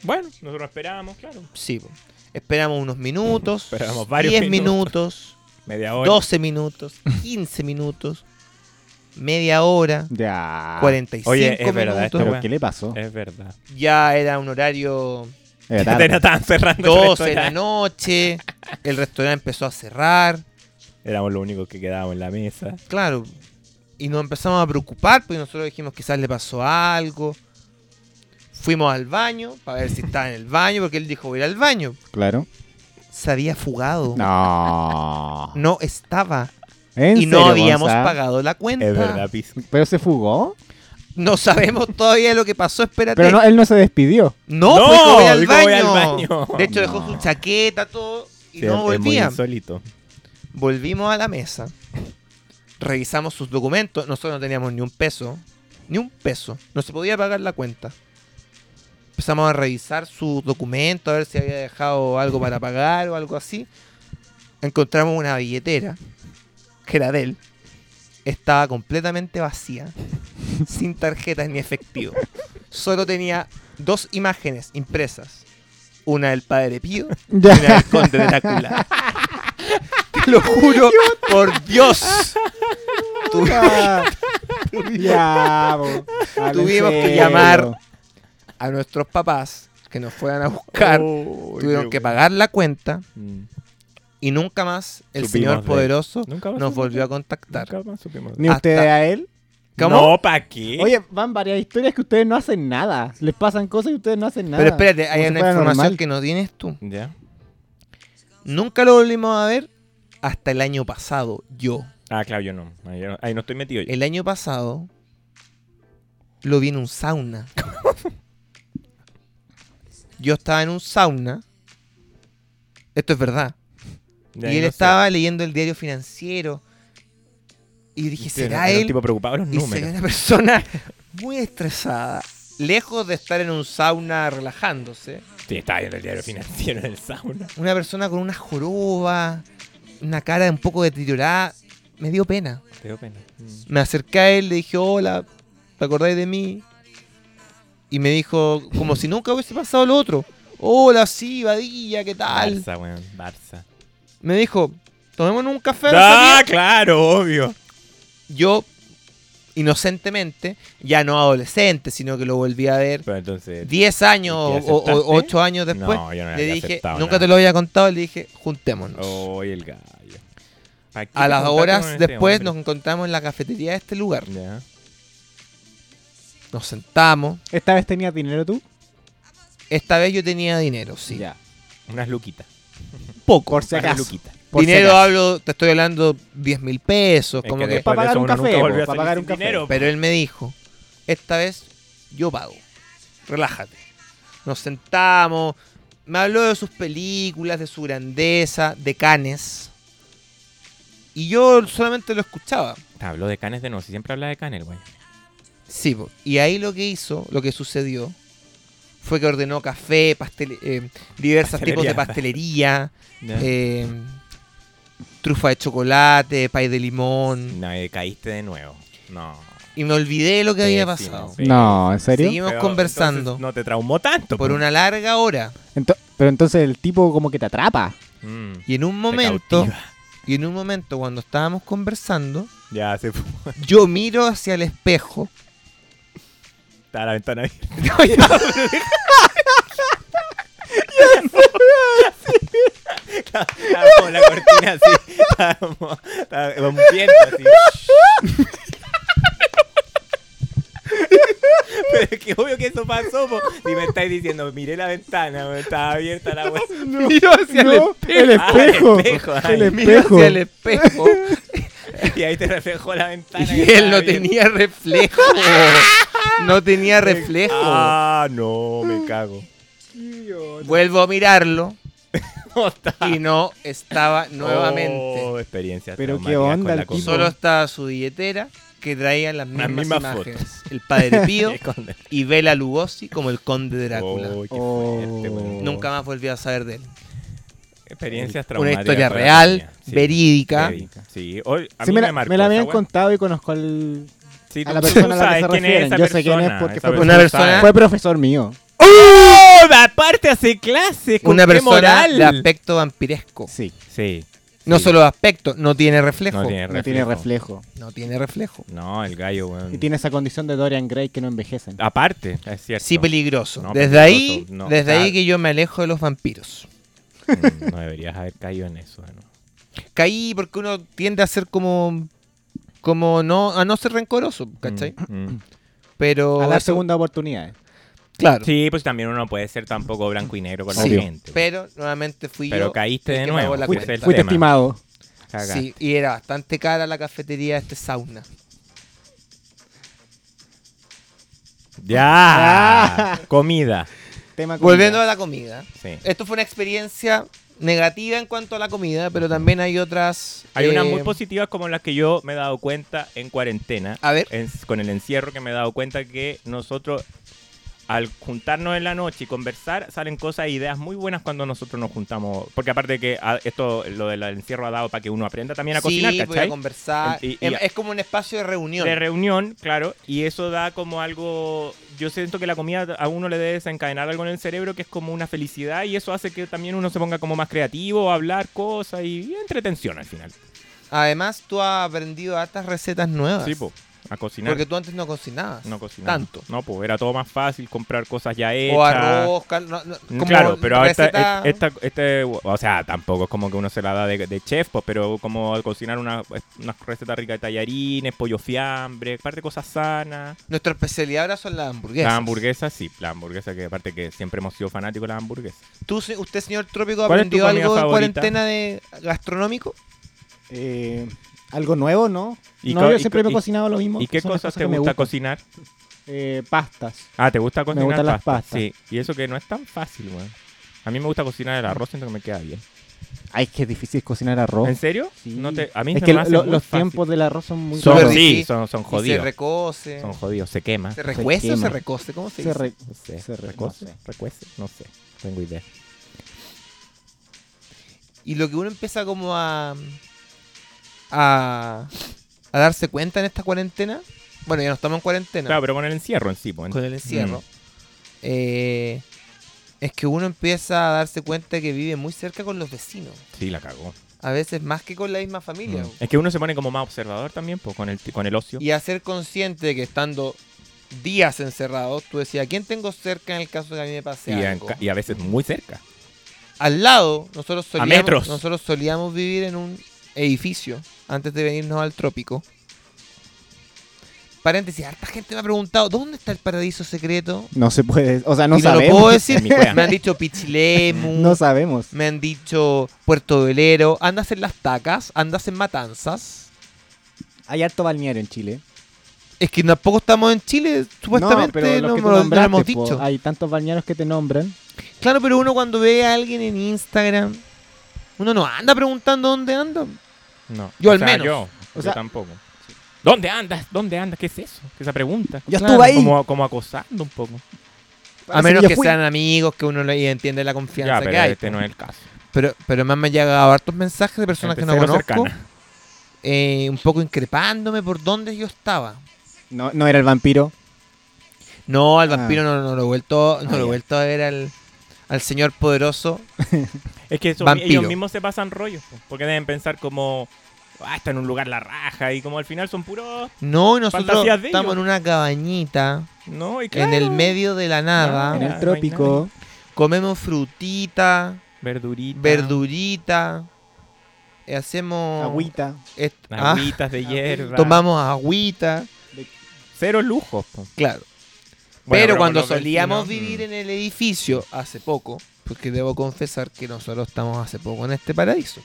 E: bueno, nosotros esperábamos, claro.
C: Sí, po. esperamos unos minutos,
E: Esperamos varios
C: 10 minutos,
E: minutos. Media hora.
C: 12 minutos, 15 minutos, media hora,
F: Ya.
C: 45
E: Ah. Oye, es verdad,
C: minutos.
F: ¿Pero qué le pasó?
C: Eh,
E: Es verdad.
C: Ya era un horario
F: Era
E: Ya
F: tarde.
E: te la estaban cerrando. el
C: 12 de la
E: restaurante.
C: noche, el restaurante empezó a cerrar,
E: Éramos los únicos que quedábamos en la mesa.
C: claro, y nos empezamos a preocupar porque nosotros dijimos quizás le pasó algo. Fuimos al baño para ver si estaba en el baño porque él dijo voy a ir al baño.
F: Claro.
C: Se había fugado.
F: No.
C: No estaba.
F: ¿En
C: y no
F: serio,
C: habíamos
F: Gonza?
C: pagado la cuenta.
E: Es verdad, Pisco.
F: ¿Pero se fugó?
C: No sabemos todavía lo que pasó, espérate.
F: Pero no, él no se despidió.
C: no,
E: No,
C: fue que voy al
E: dijo, voy al
C: baño.
E: baño.
C: De hecho,
F: No.
C: dejó su chaqueta, todo, y
E: Sí, es-
C: no
E: es muy
C: volvía.
E: insólito.
C: Volvimos a la mesa, revisamos sus documentos, nosotros no teníamos ni un peso, ni un peso, no se podía pagar la cuenta. Empezamos a revisar sus documentos, a ver si había dejado algo para pagar o algo así. Encontramos una billetera, que era de él, estaba completamente vacía, sin tarjetas ni efectivo. Solo tenía dos imágenes impresas, una del Padre Pío
F: Ya.
C: era el conde de Drácula. Te lo juro, por Dios. Tu-
F: Ya, ya, po. Habla en
C: Tuvimos que
F: serio.
C: llamar. a nuestros papás que nos fueran a buscar,
E: Oh,
C: tuvieron
E: qué
C: que
E: bueno.
C: pagar la cuenta
E: Mm.
C: y nunca más el
E: Supimos de
C: Señor
E: él.
C: Poderoso
E: Nunca más
C: nos
E: supimos de
C: volvió a
E: él.
C: contactar.
E: Nunca más supimos.
F: Ni
C: Hasta-
F: ustedes a él.
C: ¿Cómo?
E: No, ¿para qué?
F: Oye, van varias historias que ustedes no hacen nada. Les pasan cosas y ustedes no hacen nada.
C: Pero espérate,
F: Como
C: hay
F: si
C: una
F: fuera
C: información
F: normal.
C: que no tienes tú.
E: Ya.
C: Nunca lo volvimos a ver hasta el año pasado, yo.
E: Ah, claro, yo no. Ahí, no- ahí no estoy metido. yo.
C: El año pasado lo vi en un sauna. Yo estaba en un sauna. Esto es verdad.
E: Ya,
C: y
E: ahí
C: él
E: no sé.
C: estaba leyendo el diario financiero. Y yo dije,
E: Sí,
C: ¿será
E: Este era un
C: él?
E: tipo preocupado por los
C: Y se ve
E: números.
C: una persona muy estresada. Lejos de estar en un sauna relajándose.
E: Sí, estaba ahí en el diario financiero en el sauna.
C: Una persona con una joroba, una cara un poco deteriorada. Me dio pena.
E: Te dio pena. Mm.
C: Me acerqué a él, le dije, hola, ¿te acordáis de mí? Y me dijo, como si nunca hubiese pasado lo otro. Hola, sí, Badilla, ¿qué tal?
E: Barça, weón. Barça.
C: Me dijo, tomémonos un café. a la
E: Ah,
C: salida".
E: claro, obvio.
C: Yo, inocentemente, ya no adolescente, sino que lo volví a ver
E: Pero entonces.
C: 10 años
E: ¿Y qué
C: o- o
E: aceptaste?
C: 8 años después.
E: No, yo no
C: le
E: había
C: dije,
E: aceptado
C: nunca
E: nada.
C: te lo había contado, le dije, juntémonos.
E: Oye, el gallo. ¿Pa' qué
C: a
E: te
C: las
E: juntaste
C: horas
E: con este
C: después nos
E: hombre?
C: encontramos en la cafetería de este lugar.
E: Ya.
C: Nos sentamos.
F: ¿Esta vez tenías dinero tú?
C: Esta vez yo tenía dinero, sí.
F: Ya.
E: Unas luquitas.
C: Poco.
F: Por si
E: Unas
F: acaso.
E: luquitas.
F: Por si
C: dinero
F: acaso.
C: hablo, te estoy hablando 10 mil pesos,
E: Es
C: como
E: que
C: que,
E: después de
F: pagar
E: eso
F: un
E: uno nunca
F: café,
E: volvió a
F: po, pa'
E: salir
F: pagar
E: sin
F: un café.
E: dinero, po.
C: Pero él me dijo, esta vez yo pago. Relájate. Nos sentamos, me habló de sus películas, de su grandeza, de canes. Y yo solamente lo escuchaba.
E: Te Habló de canes de nuevo. si Siempre habla de canes, güey.
C: Sí, po. y ahí lo que hizo, lo que sucedió, fue que ordenó café, pastel, eh, diversos tipos de
E: Pastelería.
C: pastelería,
E: Ya.
C: eh, trufa de chocolate, pay de limón.
E: No, eh, caíste de nuevo. No.
C: y me olvidé de lo que había
E: Pésimo,
C: pasado.
E: pésimo.
F: No, ¿en serio?
C: Seguimos
E: Pero
C: conversando
E: entonces No te traumó tanto. pues.
C: por
E: po.
C: una larga hora
F: Ento- pero entonces el tipo como que te atrapa.
E: Mm, te
C: y en un momento
E: cautiva.
C: y en un momento cuando estábamos conversando,
E: Ya se fue.
C: yo miro hacia el espejo.
E: Está la ventana abierta. Estaba como la cortina así. Estaba como. Estaba como un viento así. Pero es que obvio que eso pasó. po. Si me estáis diciendo, miré la ventana, weón, estaba abierta la web.
C: miro hacia
F: No, el espejo.
E: Ah, el espejo, ay.
F: El
C: Miro
F: espejo.
C: hacia el espejo
E: Y ahí te reflejó la ventana.
C: y
E: que
C: él no
E: estaba abierta.
C: tenía reflejo. No tenía reflejo.
E: Ah, no, me cago.
C: Vuelvo a mirarlo
E: No está.
C: y no estaba nuevamente.
E: Oh, experiencias
F: Pero qué
E: traumáticas
F: onda
E: con
F: el
E: la
F: tipo.
C: Solo estaba su billetera que traía las
E: Las
C: mismas,
E: mismas
C: imágenes. El padre Pío
E: comida.
C: y Bela Lugosi como el conde Drácula.
E: Oh, qué
F: Oh.
E: fuerte, weón.
C: Nunca más volví a saber de él.
E: Experiencias
C: Una
E: traumáticas.
C: historia
E: para la
C: real,
E: niña. Sí,
C: verídica.
E: verídica. Sí, hoy, a
F: Sí,
E: mí
F: me,
E: me,
F: la,
E: marcó
F: me la
E: esa
F: habían
E: wea.
F: contado y conozco al.
E: Sí,
F: a
E: tú-
F: la
E: tú
F: persona a la
E: sabes
F: que se
E: quién es
F: refieren.
E: esa
F: Yo sé quién es
E: persona,
F: porque
E: esa
F: fue
C: una persona-
E: sabe.
F: Fue profesor mío.
E: ¡Oh! Aparte hace clases con
C: Una
E: qué
C: persona
E: moral.
C: de aspecto vampiresco.
F: Sí,
E: Sí.
C: No
E: Sí.
C: solo de aspecto, no tiene reflejo.
E: No tiene reflejo.
F: no tiene reflejo.
C: No tiene reflejo.
E: No, el gallo, weón.
C: Mm.
F: Y tiene esa condición de Dorian Gray que no envejecen.
C: Ah,
E: Aparte, es cierto.
C: Sí, peligroso.
E: No,
C: desde ahí,
E: peligroso, no.
C: desde
E: Ah.
C: ahí que yo me alejo de los vampiros.
E: Mm, No deberías haber caído en eso, ¿no?
C: Caí porque uno tiende a ser como. como no. a no ser rencoroso, ¿cachai?
E: Mm, mm.
C: Pero.
F: A la
C: oh, eso-
F: segunda oportunidad.
C: Claro.
E: Sí, pues también uno puede ser tampoco blanco y negro con la
C: Sí,
E: gente.
C: Pero nuevamente fui
E: Pero
C: yo.
E: caíste
C: el
E: de
C: que pagó
E: nuevo,
C: la
E: fuiste
C: cuenta.
E: el
F: Fuiste
E: tema.
F: estimado.
E: Cagaste.
C: Sí, y era bastante cara la cafetería de este sauna.
F: Ah.
E: Ya. Comida.
F: Tema comida.
C: Volviendo a la comida.
E: Sí.
C: Esto fue una experiencia negativa en cuanto a la comida, pero también hay otras.
E: Hay
C: eh,
E: unas muy positivas como las que yo me he dado cuenta en cuarentena.
C: A ver.
E: en- con el encierro que me he dado cuenta que nosotros, al juntarnos en la noche y conversar, salen cosas e ideas muy buenas cuando nosotros nos juntamos. Porque aparte que ah, esto, lo del encierro ha dado para que uno aprenda también a
C: Sí,
E: cocinar,
C: voy a
E: ¿cachai?
C: conversar.
E: Y- y-
C: Em- es como un espacio de reunión.
E: de reunión, claro, y eso da como algo, yo siento que la comida a uno le debe desencadenar algo en el cerebro que es como una felicidad y eso hace que también uno se ponga como más creativo, a hablar cosas y entretención al final.
C: Además, tú has aprendido hartas recetas nuevas.
E: Sí, po, a cocinar.
C: porque tú antes no cocinabas.
E: no cocinar.
C: Tanto.
E: No, pues era todo más fácil comprar cosas ya hechas.
C: O arroz, cal- no, no,
E: Mm,
C: como
E: claro, pero ahora esta-
C: receta-
E: esta- este, o sea, tampoco es como que uno se la da de, de chef, pues, pero como cocinar una, una receta rica de tallarines, pollo fiambre, parte de cosas sanas.
C: Nuestra especialidad ahora son las hamburguesas.
E: La hamburguesa, sí, la hamburguesa, que aparte que siempre hemos sido fanáticos de la hamburguesa.
C: ¿Tú, se- ¿Usted, señor Trópico,
E: ¿Cuál es tu
C: aprendió
E: comida
C: algo en
E: favorita?
C: cuarentena de gastronómico?
F: Eh, Algo nuevo, ¿no?
E: ¿Y
F: no,
E: co-
F: yo
E: y
F: siempre
E: co-
F: me he cocinado lo mismo.
E: ¿Y qué
F: son las
E: cosas, te
F: que me
E: gusta
F: gustan.
E: cocinar?
F: Eh, pastas.
E: Ah, ¿te gusta cocinar?
F: gustan las pastas.
E: Sí, y eso que no es tan fácil, weón. A mí me gusta cocinar el arroz, siento que me queda bien.
F: Ay, es que es difícil cocinar arroz.
E: ¿En serio?
F: Oh. Sí.
E: No te, a mí
F: es
E: se
F: que
E: me
F: lo-
E: hace muy
F: los
E: fácil.
F: tiempos del arroz son muy
E: son,
C: Súper
F: largos.
E: sí,
C: difícil.
E: son, son
C: Y se
E: jodidos.
C: recoce.
E: Son jodidos, se quema.
C: ¿Se recuece o
F: quema.
C: se recoce? ¿Cómo se
F: Se
C: dice?
F: re-
E: No sé,
F: se re-
E: recoce,
F: no sé.
E: recuece, no sé, tengo idea.
C: Y lo que uno empieza como a, a a darse cuenta en esta cuarentena, bueno, ya no estamos en cuarentena
E: Claro, pero con el encierro en sí, pues.
C: con el encierro,
E: Mm.
C: eh, es que uno empieza a darse cuenta que vive muy cerca con los vecinos,
E: Sí, la cagó.
C: a veces más que con la misma familia.
E: Mm. Es que uno se pone como más observador también, pues, con el, con el ocio.
C: Y a ser consciente de que estando días encerrados, tú decías, ¿a quién tengo cerca en el caso de que a mí me pase
E: Y a,
C: algo?
E: y a veces muy cerca.
C: Al lado, nosotros solíamos,
E: metros.
C: nosotros solíamos vivir en un edificio antes de venirnos al trópico. Paréntesis, harta gente me ha preguntado, ¿dónde está el paraíso secreto?
F: No se puede. O sea, no
C: y no lo mm.
F: sabemos.
C: puedo decir.
E: En mi cueva.
C: me han dicho Pichilemu,
F: no sabemos.
C: me han dicho Puerto Velero, andas en las tacas, andas en matanzas.
F: Hay harto balneario en Chile.
C: Es que tampoco estamos en Chile, supuestamente
F: los
C: no, me
F: que tú
C: lo- no lo
F: nombraste,
C: hemos
F: po, ah.
C: dicho.
F: Hay tantos balnearios que te nombran.
C: Claro, pero uno cuando ve a alguien en Instagram, uno no anda preguntando dónde anda.
E: No.
C: Yo
E: O
C: al
E: sea,
C: menos.
E: Yo,
F: O
E: yo
F: sea-
E: tampoco. ¿Dónde andas? ¿Dónde andas? ¿Qué es eso? ¿Qué esa pregunta?
F: Yo estuve ahí.
E: Como, como acosando un poco.
C: A
F: Parece
C: menos
F: yo
C: que
F: fui.
C: sean amigos, que uno le entiende la confianza
E: Ya, pero
C: que hay. pues.
E: este no es el caso.
C: Pero, pero más me han llegado hartos mensajes de personas que no
E: Gente cero
C: conozco,
E: cercana.
C: eh, un poco increpándome por dónde yo estaba.
F: No, no era el vampiro.
C: No, al
F: Ah.
C: vampiro no, no lo he vuelto, no
F: Ah,
C: lo he
F: ya.
C: vuelto a ver al, al señor poderoso.
E: Es que eso-
C: Vampiro.
E: ellos mismos se pasan rollos, po, porque deben pensar como, ah, está en un lugar la raja, y como al final son puros,
C: No, y nosotros
E: Fantasías de
C: estamos
E: ellos.
C: en una cabañita,
E: ¿no? Y
C: en
E: claro,
C: el medio de la nada,
E: Ah,
F: en
E: ya, no
F: el
E: hay
F: trópico.
C: comemos frutita,
E: Verdurita,
C: verdurita, eh, hacemos
F: Agüita.
C: est- ah,
E: agüitas de hierba.
C: tomamos agüita,
E: Cero lujos, po.
C: claro.
E: Bueno,
C: pero
E: con
C: cuando
E: los vecinos,
C: solíamos
E: mm.
C: vivir en el edificio hace poco, porque debo confesar que nosotros estamos hace poco en este paraíso,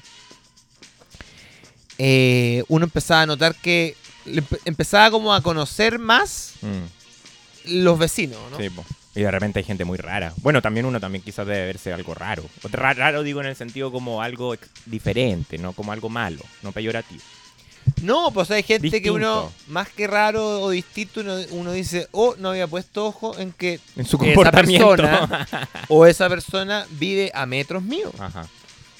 C: eh, uno empezaba a notar que le empe- empezaba como a conocer más
E: Mm,
C: los vecinos, ¿no?
E: sí, po. Y de repente hay gente muy rara. Bueno, también uno también quizás debe verse algo raro. O ra- Raro digo en el sentido como algo ex- diferente, no como algo malo, no peyorativo.
C: No, pues hay gente que
E: Distinto.
C: uno, más que raro o distinto, uno, uno dice, oh, no había puesto ojo en que
E: En su
C: Esa
E: comportamiento.
C: persona- o esa persona vive a metros míos.
E: Ajá.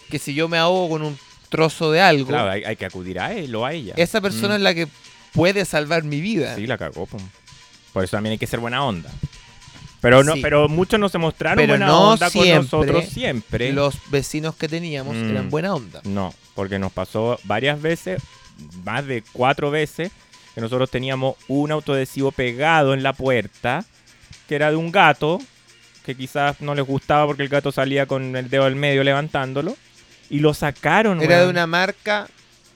C: que si yo me ahogo con un trozo de algo,
E: Claro, hay, hay que acudir a él o a ella. Mm.
C: esa persona es la que puede salvar mi vida.
E: Sí, la cagó. pum. Por eso también hay que ser buena onda. Pero no,
C: Sí.
E: pero muchos no se mostraron
C: Pero
E: buena
C: no
E: onda
C: siempre
E: con nosotros siempre.
C: Los vecinos que teníamos
E: Mm.
C: eran buena onda.
E: No, porque nos pasó varias veces, más de cuatro veces, que nosotros teníamos un autoadhesivo pegado en la puerta, que era de un gato, que quizás no les gustaba porque el gato salía con el dedo al medio levantándolo, y lo sacaron,
C: Era de
E: weón.
C: una marca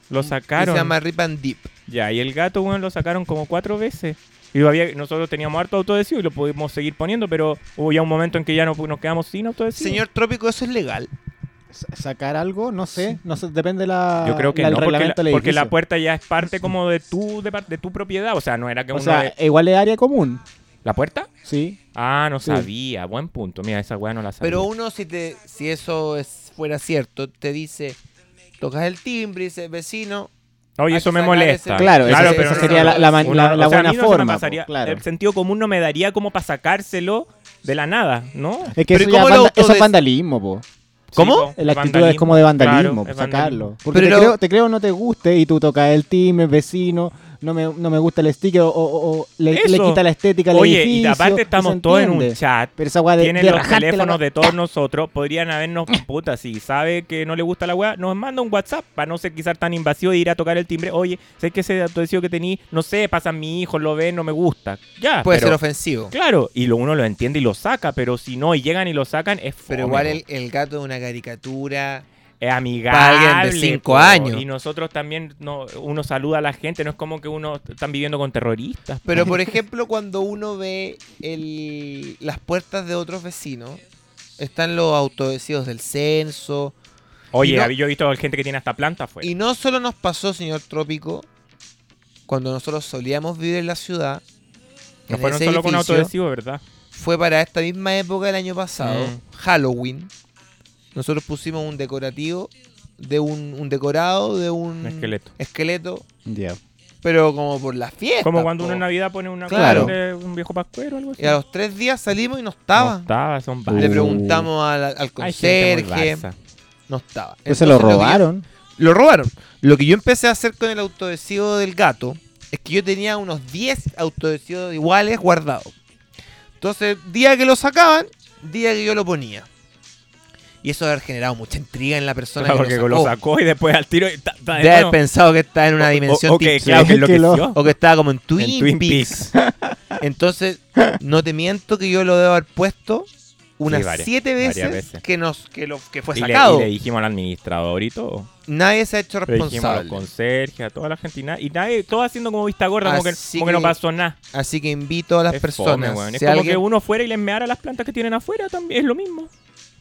E: Lo
C: que se
E: sacaron.
C: llama Rip and Deep.
E: Ya, y el gato, bueno, lo sacaron como cuatro veces. Y todavía nosotros teníamos harto autodesivo y lo pudimos seguir poniendo, pero hubo ya un momento en que ya no, pu- nos quedamos sin autodesivo.
C: Señor Trópico, ¿eso es legal?
F: Sa- sacar algo, no sé, no sé, depende de la
E: yo creo que
F: la- el
E: no, porque la,
F: reglamento del
E: porque la
F: edificio.
E: puerta ya es parte como de tu, de, par- de tu propiedad. O sea, no era que
F: o
E: uno...
F: sea,
E: de-
F: igual es área común,
E: ¿La puerta?
F: sí.
E: Ah, no
F: Sí.
E: sabía. Buen punto. Mira, esa weá no la sabía.
C: Pero uno, si te si eso es, fuera cierto, te dice, tocas el timbre y dices, vecino,
E: Oye,
C: hay
E: eso
C: que
E: me
C: sacar
E: molesta.
C: ese-
F: Claro, esa-
C: Claro,
F: esa,
C: pero no,
F: sería
C: no,
F: la, la ma-
E: uno-
F: la-
E: o
F: la
E: sea, a
F: buena
E: mí no se me
F: forma.
E: pasaría-
F: po, claro.
E: El sentido común no me daría como para sacárselo de la nada, ¿no?
F: Es que
C: Pero
F: eso,
C: ¿y
F: ya
C: cómo
F: es
C: lo
F: vanda- eso
C: autodes-
F: es vandalismo, po.
C: ¿Cómo?
E: po,
F: La actitud es como de vandalismo,
E: pues,
F: pues,
E: Claro, es
F: sacarlo. Porque
C: Pero-
F: te, creo, te creo no te guste y tú tocas el timbre, vecino, no me, no me gusta el sticker o, o- o le, le
E: Eso.
F: quita la estética al
E: Oye,
F: edificio.
E: y aparte estamos
F: se
E: todos en un
F: entiende.
E: chat.
F: Pero esa weá de,
E: Tienen
F: de
E: los
F: rajarte la
E: teléfonos
F: ma-
E: de todos nosotros. Podrían habernos, puta, si sabe que no le gusta la weá, nos manda un WhatsApp para no ser quizás tan invasivo de ir a tocar el timbre. Oye, sé que ese autodesivo que tení, no sé, pasa a mi hijo, lo ve, no me gusta. Ya,
C: puede
E: Ah, pero-
C: ser ofensivo.
E: Claro, y lo, uno lo entiende y lo saca, pero si no, y llegan y lo sacan, es
C: Pero
E: fome,
C: igual
E: po.
C: el, el gato es una caricatura.
E: es amigable.
C: Para alguien de cinco
E: po.
C: años.
E: Y nosotros también, no, uno saluda a la gente, no es como que uno están viviendo con terroristas. po.
C: Pero por ejemplo, cuando uno ve el- las puertas de otros vecinos, están los autodecidos del censo.
E: Oye,
C: y no-
E: habí- yo he visto gente que tiene hasta planta afuera.
C: Y no solo nos pasó, señor Trópico, cuando nosotros solíamos vivir en la ciudad.
E: no
C: en
E: fueron
C: ese
E: solo con
C: edificio,
E: autodesivo, ¿verdad?
C: Fue para esta misma época del año pasado,
E: Mm.
C: Halloween. Nosotros pusimos un decorativo, de un, un decorado de un
E: Un esqueleto.
C: esqueleto,
F: Ya.
C: pero como por las fiestas.
E: Como cuando uno
C: po.
E: en Navidad pone una
C: Claro.
E: de un viejo pascuero o algo así.
C: Y a los tres días salimos y no
E: No
C: estaba.
E: estaba, Uh. son
C: Le
E: varios.
C: preguntamos al, al
E: Hay gente muy
C: conserje.
E: barza.
C: No estaba.
F: Entonces Pues se lo
C: Entonces, que yo-
F: robaron.
C: lo robaron. Lo que yo empecé a hacer con el autodesivo del gato es que yo tenía unos 10 autodesivos iguales guardados. Entonces, día que lo sacaban, día que yo lo ponía. Y eso debe haber generado mucha intriga en la persona
E: Claro,
C: que
E: porque
C: lo sacó.
E: lo sacó Oh. y después al tiro. y ta- ta- de
C: Debe haber
E: nuevo.
C: pensado que estaba en una
E: O- o-
C: dimensión
E: o que,
C: ficción.
E: claro, que
F: Que lo-
E: enloqueció.
C: O que estaba como en Twin,
E: Twin
C: Peaks. Entonces, no te miento que yo lo debo haber puesto unas
E: Sí, varias-
C: siete
E: varias
C: veces,
E: veces.
C: que nos que lo que fue
E: Y le-
C: sacado.
E: y le dijimos al administrador y todo.
C: Nadie se ha hecho
E: Le dijimos a los
C: responsable.
E: conserjes, a toda la gente y nada. Y nadie, todo haciendo como vista gorda, como que,
C: Así
E: como que no
C: que-
E: pasó nada.
C: Así que invito a las
E: Es fome,
C: personas.
E: weón. es
C: si
E: como
C: alguien-
E: que uno fuera y les meara las plantas que tienen afuera también. Es lo mismo.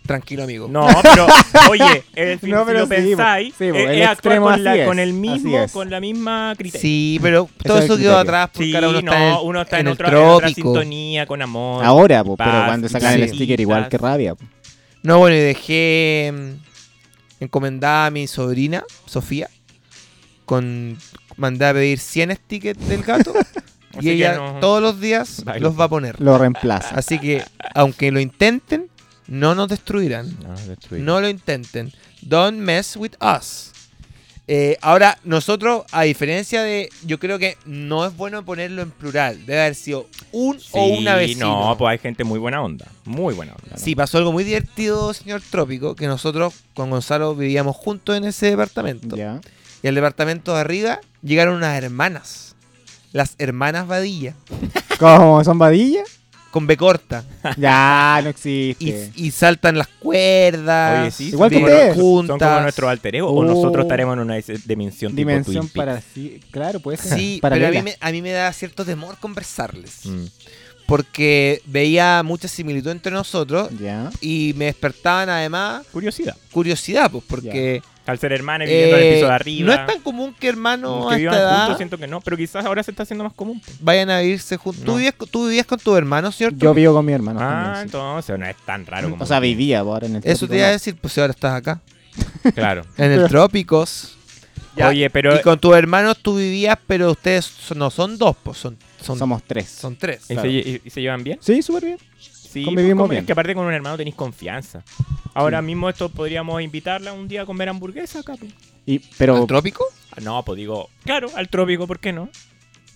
C: Tranquilo, amigo.
E: No, pero, oye, el, si,
F: No,
E: si
F: pero
E: lo
F: sí,
E: pensáis, eh,
F: sí, bo,
E: es,
F: el
E: es actuar
F: extremo
E: con,
F: así
E: la-
F: es,
E: con el
F: así
E: mismo,
F: es.
E: con la misma criterio.
C: Sí, pero todo
F: es el
C: eso quedó
F: criterio.
C: atrás porque
E: Sí,
C: ahora uno está en,
E: no, uno está en,
C: el
E: otra, en otra
C: trópico.
E: sintonía, con amor.
F: Ahora, po,
E: paz,
F: pero cuando sacan el
C: sí.
F: sticker igual, qué rabia. po.
C: No, bueno, y dejé mm, encomendada a mi sobrina, Sofía, con mandé a pedir 100 stickers del gato
E: Así
C: y
E: que
C: ella
E: no-
C: todos los días
E: Baila.
C: los va a poner.
F: Lo reemplaza.
C: Así que, aunque lo intenten, no nos destruirán.
E: No, destruir.
C: No lo intenten. Don't mess with us. Eh, ahora, nosotros, a diferencia de. Yo creo que no es bueno ponerlo en plural. Debe haber sido un
E: Sí,
C: o una vecino.
E: No, pues hay gente muy buena onda. Muy buena onda. ¿no?
C: Sí, pasó algo muy divertido, señor Trópico, que nosotros con Gonzalo vivíamos juntos en ese departamento.
F: Ya.
C: Y al departamento de arriba llegaron unas hermanas. Las hermanas Vadilla,
F: ¿Cómo? ¿Son vadillas?
C: con B corta.
F: Ya, no
C: Y,
F: existe.
C: y saltan las cuerdas.
E: Oye, sí,
F: Igual
E: son
F: que
E: como nuestros-
F: ustedes.
E: Son como
C: juntas. Uh,
E: nuestros alter ego, o
F: Oh.
E: nosotros estaremos en una dis- dimensión tipo
F: Dimensión
E: Twin Peaks.
F: para sí. Claro, puede ser.
C: Sí, pero a
F: Paralela.
C: mí, me, a mí me da cierto temor conversarles.
E: Mm.
C: porque veía mucha similitud entre nosotros
F: Ya.
C: y me despertaban además
E: Curiosidad.
C: curiosidad, pues porque
E: Al ser hermanos
C: eh,
E: viviendo en el piso de arriba.
C: no es tan común que hermanos
E: que
C: a
E: vivan
C: esta edad
E: juntos, siento que no. Pero quizás ahora se está haciendo más común.
C: vayan a irse juntos.
E: No.
C: ¿Tú, vivías, con- ¿Tú vivías con tu hermano, ¿cierto?
F: Yo vivo con mi hermano.
E: Ah,
F: también, sí.
E: entonces no es tan
C: Mm,
E: raro como.
F: O sea, vivía po, ahora en este el
C: Eso
F: trópico,
C: te iba a
F: no.
C: decir, pues si ahora estás acá.
E: Claro.
C: En el Trópicos. Ya.
E: Oye, pero
C: Y con tus hermanos tú vivías, pero ustedes son- no son dos, pues son, son,
F: Somos tres.
C: son tres.
E: ¿y se,
F: claro.
E: lle- y- y se llevan bien?
F: Sí, súper bien.
E: Sí, Sí,
F: Convivimos
E: pues,
F: bien.
E: Es que aparte con un hermano tenéis confianza. Ahora mismo esto podríamos invitarla un día a comer hamburguesa, Capi.
F: Y, pero
C: ¿Al trópico?
E: Ah, No, pues digo, claro, al trópico, ¿por qué no?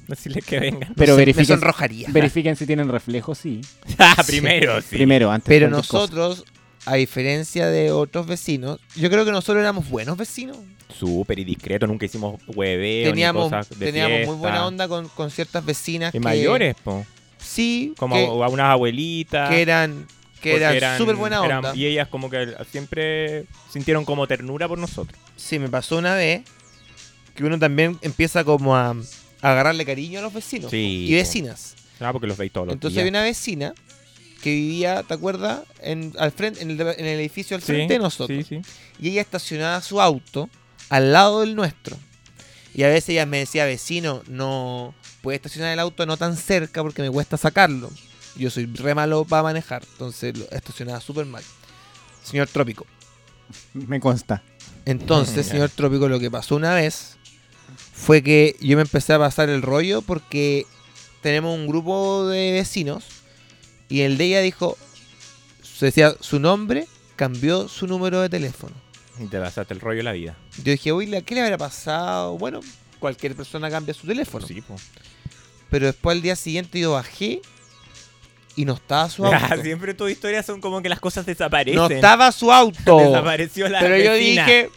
E: Decirle que vengan.
C: No sé,
F: pero
C: Me
F: verifiquen,
C: sonrojaría.
F: verifiquen si tienen reflejos, sí.
E: Ah, primero, sí.
F: Primero, antes de
C: Pero
F: cualquier cosa.
C: nosotros, a diferencia de otros vecinos, yo creo que nosotros éramos buenos vecinos.
E: Súper y discreto, nunca hicimos hueveo
C: Teníamos,
E: ni cosas de
C: teníamos muy buena
E: fiesta.
C: onda con, con ciertas vecinas.
E: Y
C: que-
E: mayores, po.
C: Sí,
E: Como
C: que,
E: a unas abuelitas.
C: que eran que
E: porque
C: eran súper buena
E: eran-
C: onda.
E: Y ellas como que siempre sintieron como ternura por nosotros.
C: Sí, me pasó una vez que uno también empieza como a, a agarrarle cariño a los vecinos
E: Sí,
C: y
E: po.
C: vecinas.
E: Ah, porque los veis todos los
C: Entonces
E: días.
C: había una vecina que vivía, ¿te acuerdas? En, al frente, en, el, de- en el edificio al frente de nosotros.
E: Sí, sí.
C: Y ella estacionaba su auto al lado del nuestro. Y a veces ella me decía, vecino, no puede estacionar el auto no tan cerca porque me cuesta sacarlo. Yo soy re malo para manejar, entonces lo estacionaba súper mal. Señor Trópico.
F: Me consta.
C: Entonces,
E: Ya.
C: señor Trópico, lo que pasó una vez fue que yo me empecé a pasar el rollo porque tenemos un grupo de vecinos y el de ella dijo, se decía su nombre, cambió su número de teléfono.
E: Y te pasaste el rollo de la vida.
C: Yo dije, uy, ¿la- ¿qué le habrá pasado? Bueno, cualquier persona cambia su teléfono.
E: Sí, po.
C: Pero después al día siguiente yo bajé y no estaba su auto.
E: Siempre tus historias son como que las cosas desaparecen.
C: no estaba su auto.
E: Desapareció la
C: Pero yo
E: vecina.
C: dije,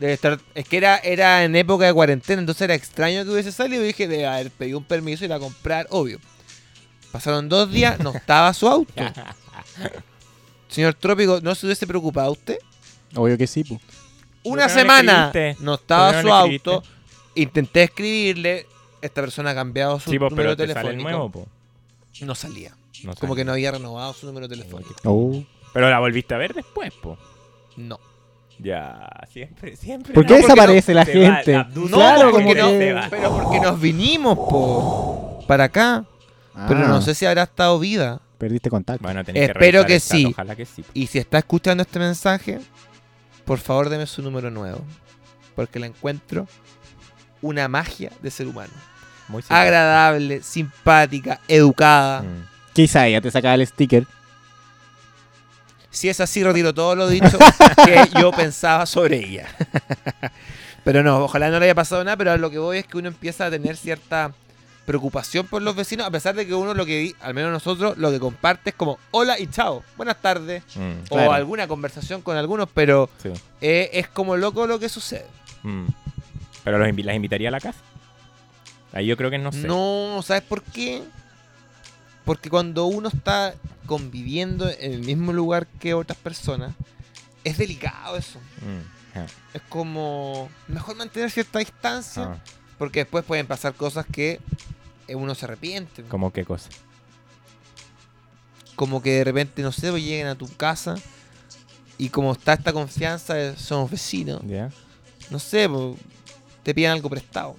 C: debe estar, es que era, era en época de cuarentena, entonces era extraño que hubiese salido. Y dije, debe haber pedido un permiso y ir a comprar, obvio. Pasaron dos días, no estaba su auto. Señor Trópico, ¿no se hubiese preocupado usted?
F: Obvio que sí, pu.
C: Una
E: ¿Por qué no le
C: semana
E: escribiste?
C: no estaba
E: ¿Por qué
C: su
E: no le
C: auto. Intenté escribirle. Esta persona ha cambiado su
E: Sí, po,
C: número
E: pero te sale
C: telefónico.
E: el nuevo, po.
C: No salía.
E: No
C: Como
E: sale.
C: que no había renovado su número telefónico.
F: Oh.
E: Pero la volviste a ver después, po.
C: No.
E: Ya, siempre, siempre.
F: ¿Por qué
C: No, porque
F: desaparece la
E: Se va,
F: gente?
E: abduce
C: No,
E: a la
C: porque
E: gente,
C: no-
E: se va.
C: Pero porque nos vinimos po, para acá. Pero
F: Ah,
C: no sé si habrá estado viva.
F: Perdiste contacto.
E: Van a tener
C: Espero
E: revisar
C: que
E: esa,
C: sí.
E: Ojalá que sí.
C: Y si está escuchando este mensaje, por favor deme su número nuevo. Porque la encuentro una magia de ser humano.
E: Muy simpático.
C: Agradable, simpática, educada.
E: Mm.
F: Quizá ella te sacaba el sticker.
C: Si es así, retiro todo lo dicho que yo pensaba sobre ella. pero no, ojalá no le haya pasado nada, pero a lo que voy es que uno empieza a tener cierta preocupación por los vecinos, a pesar de que uno lo que, di- al menos nosotros, lo que comparte es como hola y chao, buenas tardes,
E: Mm,
C: o
F: Claro.
C: alguna conversación con algunos, pero
E: sí.
C: eh, es como loco lo que sucede.
E: Mm. Pero los invi- las invitaría a la casa. Ahí yo creo que no sé.
C: No, ¿sabes por qué? Porque cuando uno está conviviendo en el mismo lugar que otras personas, es delicado eso.
E: Mm, ah,
C: es como mejor mantener cierta distancia
E: ah,
C: porque después pueden pasar cosas que eh, uno se arrepiente
E: ¿Cómo qué cosa?
C: como que de repente no sé pues, lleguen a tu casa y como está esta confianza de somos vecinos
E: ¿Ya?
C: no sé pues, te piden algo prestado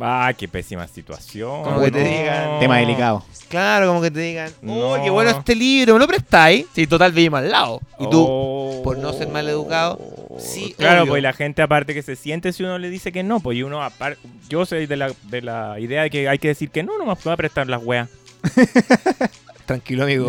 E: Ah, qué pésima situación.
C: Como que te
E: no.
C: digan-
F: Tema delicado.
C: claro como que te digan oh
E: No.
C: qué bueno este libro me lo prestáis sí total vivimos al lado y tú
E: Oh.
C: por no ser maleducado, sí,
E: Claro,
C: obvio.
E: pues la gente aparte que se siente si uno le dice que no, pues y uno aparte. Yo soy de la, de la idea de que hay que decir que no, no me puedo prestar las weas.
C: tranquilo amigo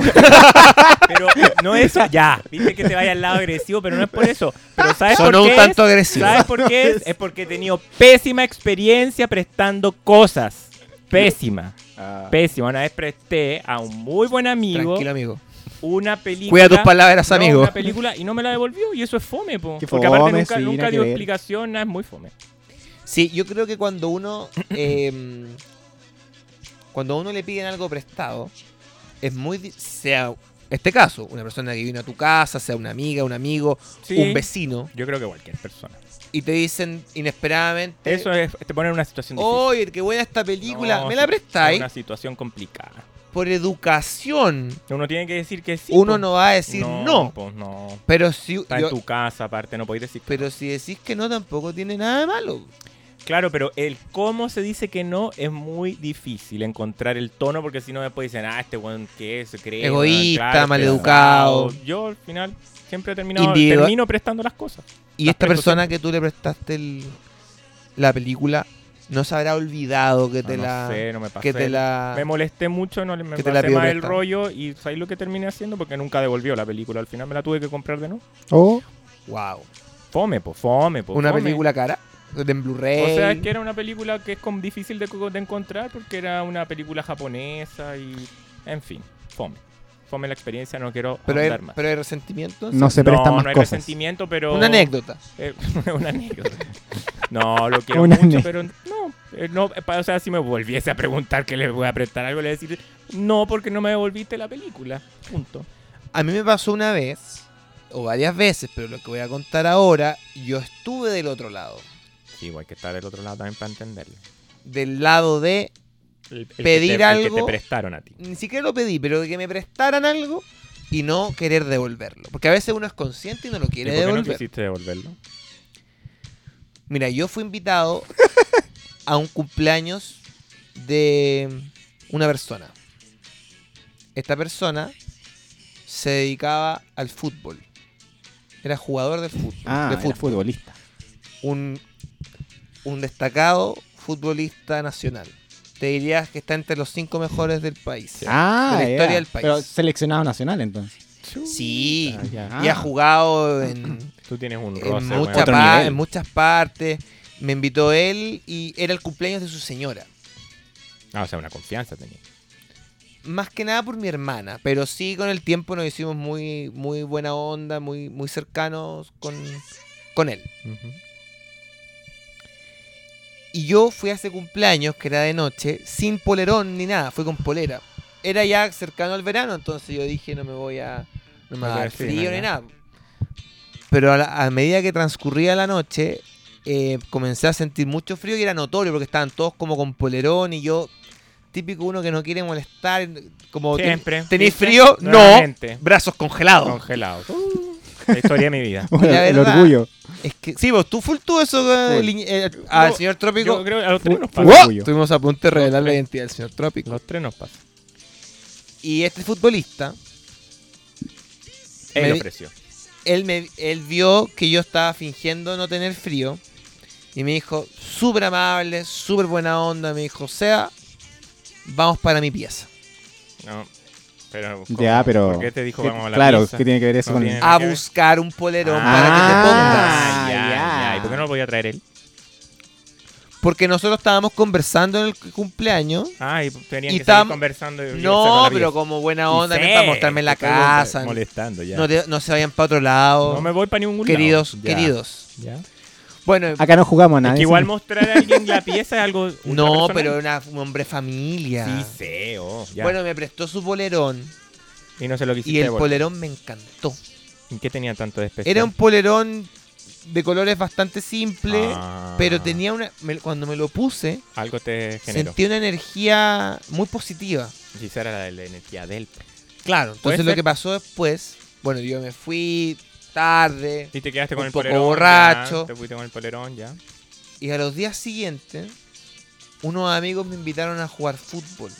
E: Pero no eso, ya. Viste que te vaya al lado agresivo, pero no es por eso. Pero ¿sabes
C: sonó
E: por
C: un
E: qué
C: tanto
E: es?
C: agresivo
E: ¿Sabes por qué es? Es porque he tenido pésima experiencia prestando cosas. Pésima.
C: Ah.
E: Pésima. Una vez presté a un muy buen amigo
C: tranquilo amigo
E: una película.
C: cuida tus palabras
E: no,
C: amigo
E: Una película y no me la devolvió. Y eso es fome, po.
F: Qué
E: Porque aparte
F: fome,
E: nunca,
F: sí,
E: nunca
F: nada que
E: dio
F: ver.
E: explicación, nada, es muy fome.
C: Sí, yo creo que cuando uno. eh, cuando a uno le piden algo prestado, es muy. di- Sea este caso, una persona que vino a tu casa, sea una amiga, un amigo,
E: Sí.
C: un vecino,
E: Yo creo que cualquier persona.
C: y te dicen inesperadamente:
E: Eso es, te pone en una situación difícil.
C: Oye, qué buena esta Eh, oh, película,
E: No,
C: ¿me
E: sí,
C: la
E: Es
C: prestáis?
E: una situación complicada.
C: Por educación,
E: Uno tiene que decir que sí.
C: uno
E: po.
C: no va a decir no.
E: po, no.
C: pero, si,
E: Está
C: yo-
E: en tu casa, aparte, no podéis decir que
C: pero si decís que no, tampoco tiene nada de malo.
E: Claro, pero el cómo se dice que no es muy difícil encontrar el tono porque si no después dicen, ah, este weón que es, cree. weón,
C: Egoísta,
E: claro,
C: maleducado.
E: pesado". Yo al final siempre he terminado,
C: Individua-
E: termino prestando las cosas.
C: Y
E: Las
C: esta
E: presto
C: persona que tú le prestaste el- la película no se habrá olvidado que
E: No,
C: te
E: no
C: la.
E: sé, no me pasé.
C: que te la.
E: Me molesté mucho, no le- me
C: que te la
E: pasé mal
C: pidió
E: el
C: prestada.
E: rollo y ¿sabes lo que terminé haciendo? Porque nunca devolvió la película. Al final me la tuve que comprar de nuevo.
F: Oh,
C: Wow.
E: Fome, po, fome, po.
C: Una
E: fome.
C: película cara. En Blu-ray.
E: pues O sea, es que era una película que es como difícil de, co- de encontrar porque era una película japonesa y. En fin, fome. Fome la experiencia, no quiero
C: pero, hay,
E: ahondar más.
C: pero hay resentimiento.
F: no se
E: no,
F: prestan más
E: no hay
F: cosas.
E: resentimiento, pero.
C: Una anécdota.
E: Eh, una anécdota. No, lo quiero
F: Una
E: mucho,
F: anécdota.
E: pero no, eh, no. eh, pa- O sea, si me volviese a preguntar que le voy a prestar algo, le voy a decir, no, porque no me devolviste la película. Punto.
C: A mí me pasó una vez, o varias veces, pero lo que voy a contar ahora, yo estuve del otro lado.
E: Sí, igual hay que estar del otro lado también para entenderlo.
C: Del lado de.
E: El- el que
C: Pedir
E: te- El que
C: algo-
E: te prestaron a ti.
C: Ni siquiera lo pedí, pero de que me prestaran algo y no querer devolverlo. Porque a veces uno es consciente y no lo
E: ¿Y
C: quiere
E: por qué no
C: devolver.
E: quisiste devolverlo?
C: Mira, yo fui invitado a un cumpleaños de una persona. Esta persona se dedicaba al fútbol. Era jugador de fútbol.
F: Ah,
C: de
F: era futbolista.
C: un, un destacado futbolista nacional. Te dirías que está entre los cinco mejores del país.
F: Ah,
C: De la
F: ya.
C: historia del país.
F: Pero seleccionado nacional entonces.
C: Sí.
E: Ah, ya.
C: Y ha jugado en,
E: Tú tienes un
C: en
E: roce,
C: mucha
E: weón.
F: Otro
C: pa-
F: nivel.
C: en muchas partes. Me invitó él y era el cumpleaños de su señora.
E: Ah, o sea, una confianza tenía.
C: Más que nada por mi hermana, pero sí con el tiempo nos hicimos muy, muy buena onda, muy, muy cercanos con, con él. Y yo fui a ese cumpleaños, que era de noche, sin polerón ni nada, fui con polera. Era ya cercano al verano, entonces yo dije no me voy a, no me va a dar
E: Sí,
C: frío
E: no,
C: ni
E: Ah, ya.
C: nada. Pero a, la- a medida que transcurría la noche, eh, comencé a sentir mucho frío y era notorio porque estaban todos como con polerón y yo, típico uno que no quiere molestar, como ten-
E: Siempre.
C: ¿Tenéis
E: ¿viste?
C: frío? No.
E: Nuevamente.
C: Brazos congelados.
E: Congelado. La historia de mi vida.
C: la
F: el
C: verdad-
F: orgullo.
C: Es que, sí, vos, tú full tú eso eh,
F: Full.
C: li- eh, al
E: Yo-
C: señor
E: Yo
C: Trópico.
E: creo eh. que a los tres nos
F: Fue-
E: pasa.
C: ¡Oh!
F: orgullo.
C: Estuvimos a punto de revelar la
E: tres.
C: identidad del señor Trópico.
E: Los tres nos pasa.
C: Y este futbolista,
E: Él
C: Me-
E: ofreció.
C: él, me, él vio que yo estaba fingiendo no tener frío. Y me dijo, súper amable, súper buena onda. Me dijo, sea, vamos para mi pieza.
E: No. Pero, ¿cómo?
F: Ya, pero.
E: ¿Por qué te dijo
F: ¿qué-
E: vamos a la
F: Claro,
E: pizza?
F: ¿qué tiene que ver eso
E: No
F: con.?
E: tiene-
C: A
E: que ver.
C: buscar un polerón
F: Ah.
C: para que te pongas.
E: Ah, ya,
F: ya.
E: ya. ¿Y por qué no lo podía traer él?
C: Porque nosotros estábamos conversando en el cumpleaños.
E: Ah, y tenían
C: Y
E: que estar
C: tam-
E: conversando. y irse con
C: No,
E: la
C: pero
E: vieja.
C: como buena onda,
E: Y
C: no
E: sé,
C: es para mostrarme la
E: te estoy molest-
C: casa.
E: Molestando ya.
C: No,
E: No,
C: te- no se vayan para otro lado.
E: me voy para ningún
C: queridos,
E: lado. Ya,
C: queridos.
E: ya.
C: Bueno,
F: Ah, Acá no jugamos a
E: Es
F: nadie.
E: que igual
F: ¿sí?
E: mostrar a alguien la pieza es algo.
C: no,
E: ultrapersonal.
C: pero era un hombre familia.
E: Sí, sé, oh, ya.
C: Bueno, me prestó su polerón
E: y no se lo quisiste
C: y el
E: devolver.
C: polerón me encantó.
E: ¿Y qué tenía tanto de especial?
C: Era un polerón de colores bastante simple,
E: Ah,
C: pero tenía una. me- cuando me lo puse,
E: Algo te generó.
C: sentí una energía muy positiva.
E: Quizá era la de la energía del.
C: Claro,
E: Puede
C: entonces lo
E: ser.
C: que pasó después, bueno, yo me fui tarde
E: Y te quedaste
C: Un
E: con el
C: poco
E: polerón.
C: borracho.
E: ya, te fuiste con el polerón, ya.
C: y a los días siguientes, unos amigos me invitaron a jugar fútbol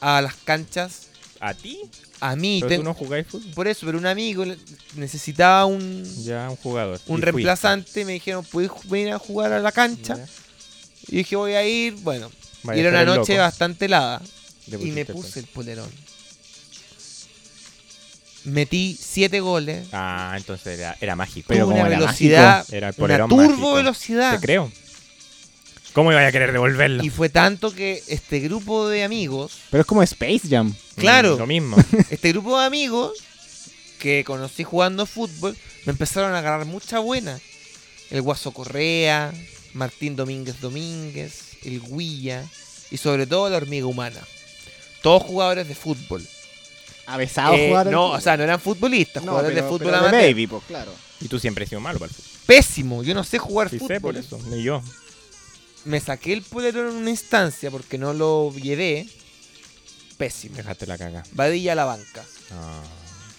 C: a las canchas.
E: ¿A ti?
C: A mí,
E: Pero
C: Ten-
E: tú no jugáis fútbol.
C: por eso, pero un amigo le- necesitaba un,
E: Ya, un jugador.
C: un
E: Y
C: reemplazante. y Me dijeron, ¿puedes ju- venir a jugar a la
E: fuiste.
C: cancha?
E: Ya.
C: Y dije, voy a ir. Bueno,
E: Vaya
C: y era
E: a
C: una
E: estar el
C: noche
E: loco.
C: bastante helada.
E: Te
C: Y me
E: pusiste
C: puse
E: pues.
C: el polerón. Metí siete goles.
E: Ah, entonces era, era mágico.
F: Pero
C: tuve
F: como
C: una
F: era
C: velocidad,
E: mágico, era el
C: una
E: polerón
C: turbo
E: mágico.
C: velocidad.
E: Te creo. ¿Cómo iba a querer devolverlo?
C: Y fue tanto que este grupo de amigos,
F: Pero es como Space Jam.
E: Mm,
C: claro.
E: Lo mismo.
C: este grupo de amigos que conocí jugando fútbol, me empezaron a agarrar mucha buena. El Guaso Correa, Martín Domínguez Domínguez, el Guilla y sobre todo la hormiga humana. Todos jugadores de fútbol.
F: ¿Ha besado
C: Eh,
F: jugar? al
C: no,
F: Ah, fútbol?
C: o sea, no eran futbolistas,
F: No,
C: jugadores
F: pero-
C: de fútbol
F: pero de
C: amateur.
F: baby, pues claro.
E: Y tú siempre has sido malo para el fútbol.
C: Pésimo, yo no sé jugar
E: Sí sé por
C: fútbol.
E: eso, ni yo.
C: Me saqué el polerón en una instancia porque no lo llevé. Pésimo.
E: Dejaste la caga.
C: Vadilla a la banca.
E: Ah,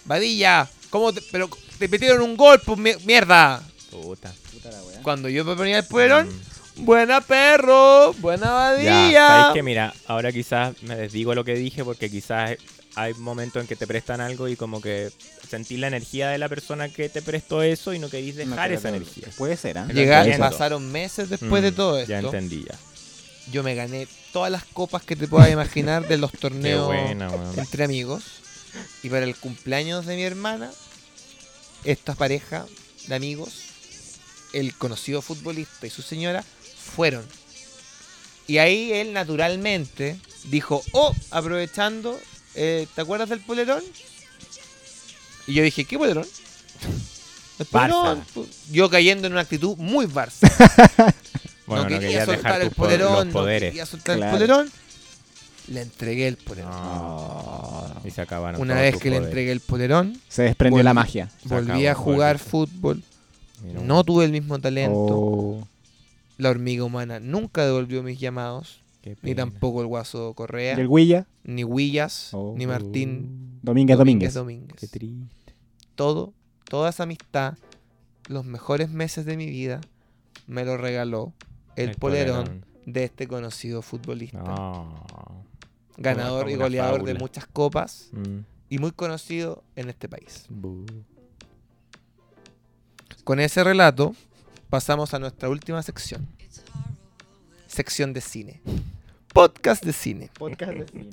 C: Vadilla, ¿cómo te, pero te metieron un gol, pues mi- mierda?
E: puta.
F: Puta la weá.
C: Cuando yo me ponía el polerón, buena perro, buena
E: Mm. Ya,
C: vadilla.
E: sabes que mira, ahora quizás me desdigo lo que dije porque quizás hay momentos en que te prestan algo y como que sentís la energía de la persona que te prestó eso y no querís
G: No
E: dejar
G: creo
E: esa
G: que-
E: energía.
G: Puede ser, ¿ah?
E: Pero
C: Llegar,
E: entiendo.
C: pasaron meses después de
E: Mm,
C: todo
E: Ya
C: esto.
E: entendí, ya.
C: Yo me gané todas las copas que te puedas imaginar de los
E: Qué
C: torneos
E: buena, weón.
C: entre amigos. Y para el cumpleaños de mi hermana, esta pareja de amigos, el conocido futbolista y su señora, fueron. Y ahí él naturalmente dijo, oh, aprovechando, eh, ¿te acuerdas del polerón? Y yo dije, ¿qué polerón? El polerón. Yo cayendo en una actitud muy Barça.
E: Bueno,
C: no
E: no
C: quería
E: querías
C: soltar
E: dejar
C: el
E: tus po- los
C: polerón, no
E: poderes.
C: quería soltar
G: Claro.
C: el polerón. Le entregué el polerón.
F: Ah.
E: No. Y se acabaron
C: Una
E: todos
C: vez
E: tus
C: que le
E: poderes.
C: entregué el polerón,
G: Se desprendió
C: Bueno.
G: la magia.
E: Se
C: volví a
E: acabó,
C: jugar
E: pobrecito.
C: fútbol.
E: Mira,
C: No tuve el mismo talento.
G: Oh.
C: La hormiga humana nunca devolvió mis llamados.
E: qué
C: Ni
E: pena.
C: tampoco el guaso
G: ¿Y
C: Correa,
G: el Huilla?
C: ni Huillas, ni Martín
G: Domínguez Oh. Domínguez.
C: Domínguez.
E: Mm, Qué triste.
C: Todo, toda esa amistad, los mejores meses de mi vida, me lo regaló el, polerón, de este conocido futbolista.
E: No.
C: ganador
E: Una-
C: y
E: una
C: goleador de
E: fábula.
C: muchas copas
E: Mm.
C: y muy conocido en este país.
E: Bu.
C: Con ese relato pasamos a nuestra última sección. Sección de cine. Podcast de cine.
F: Podcast de cine.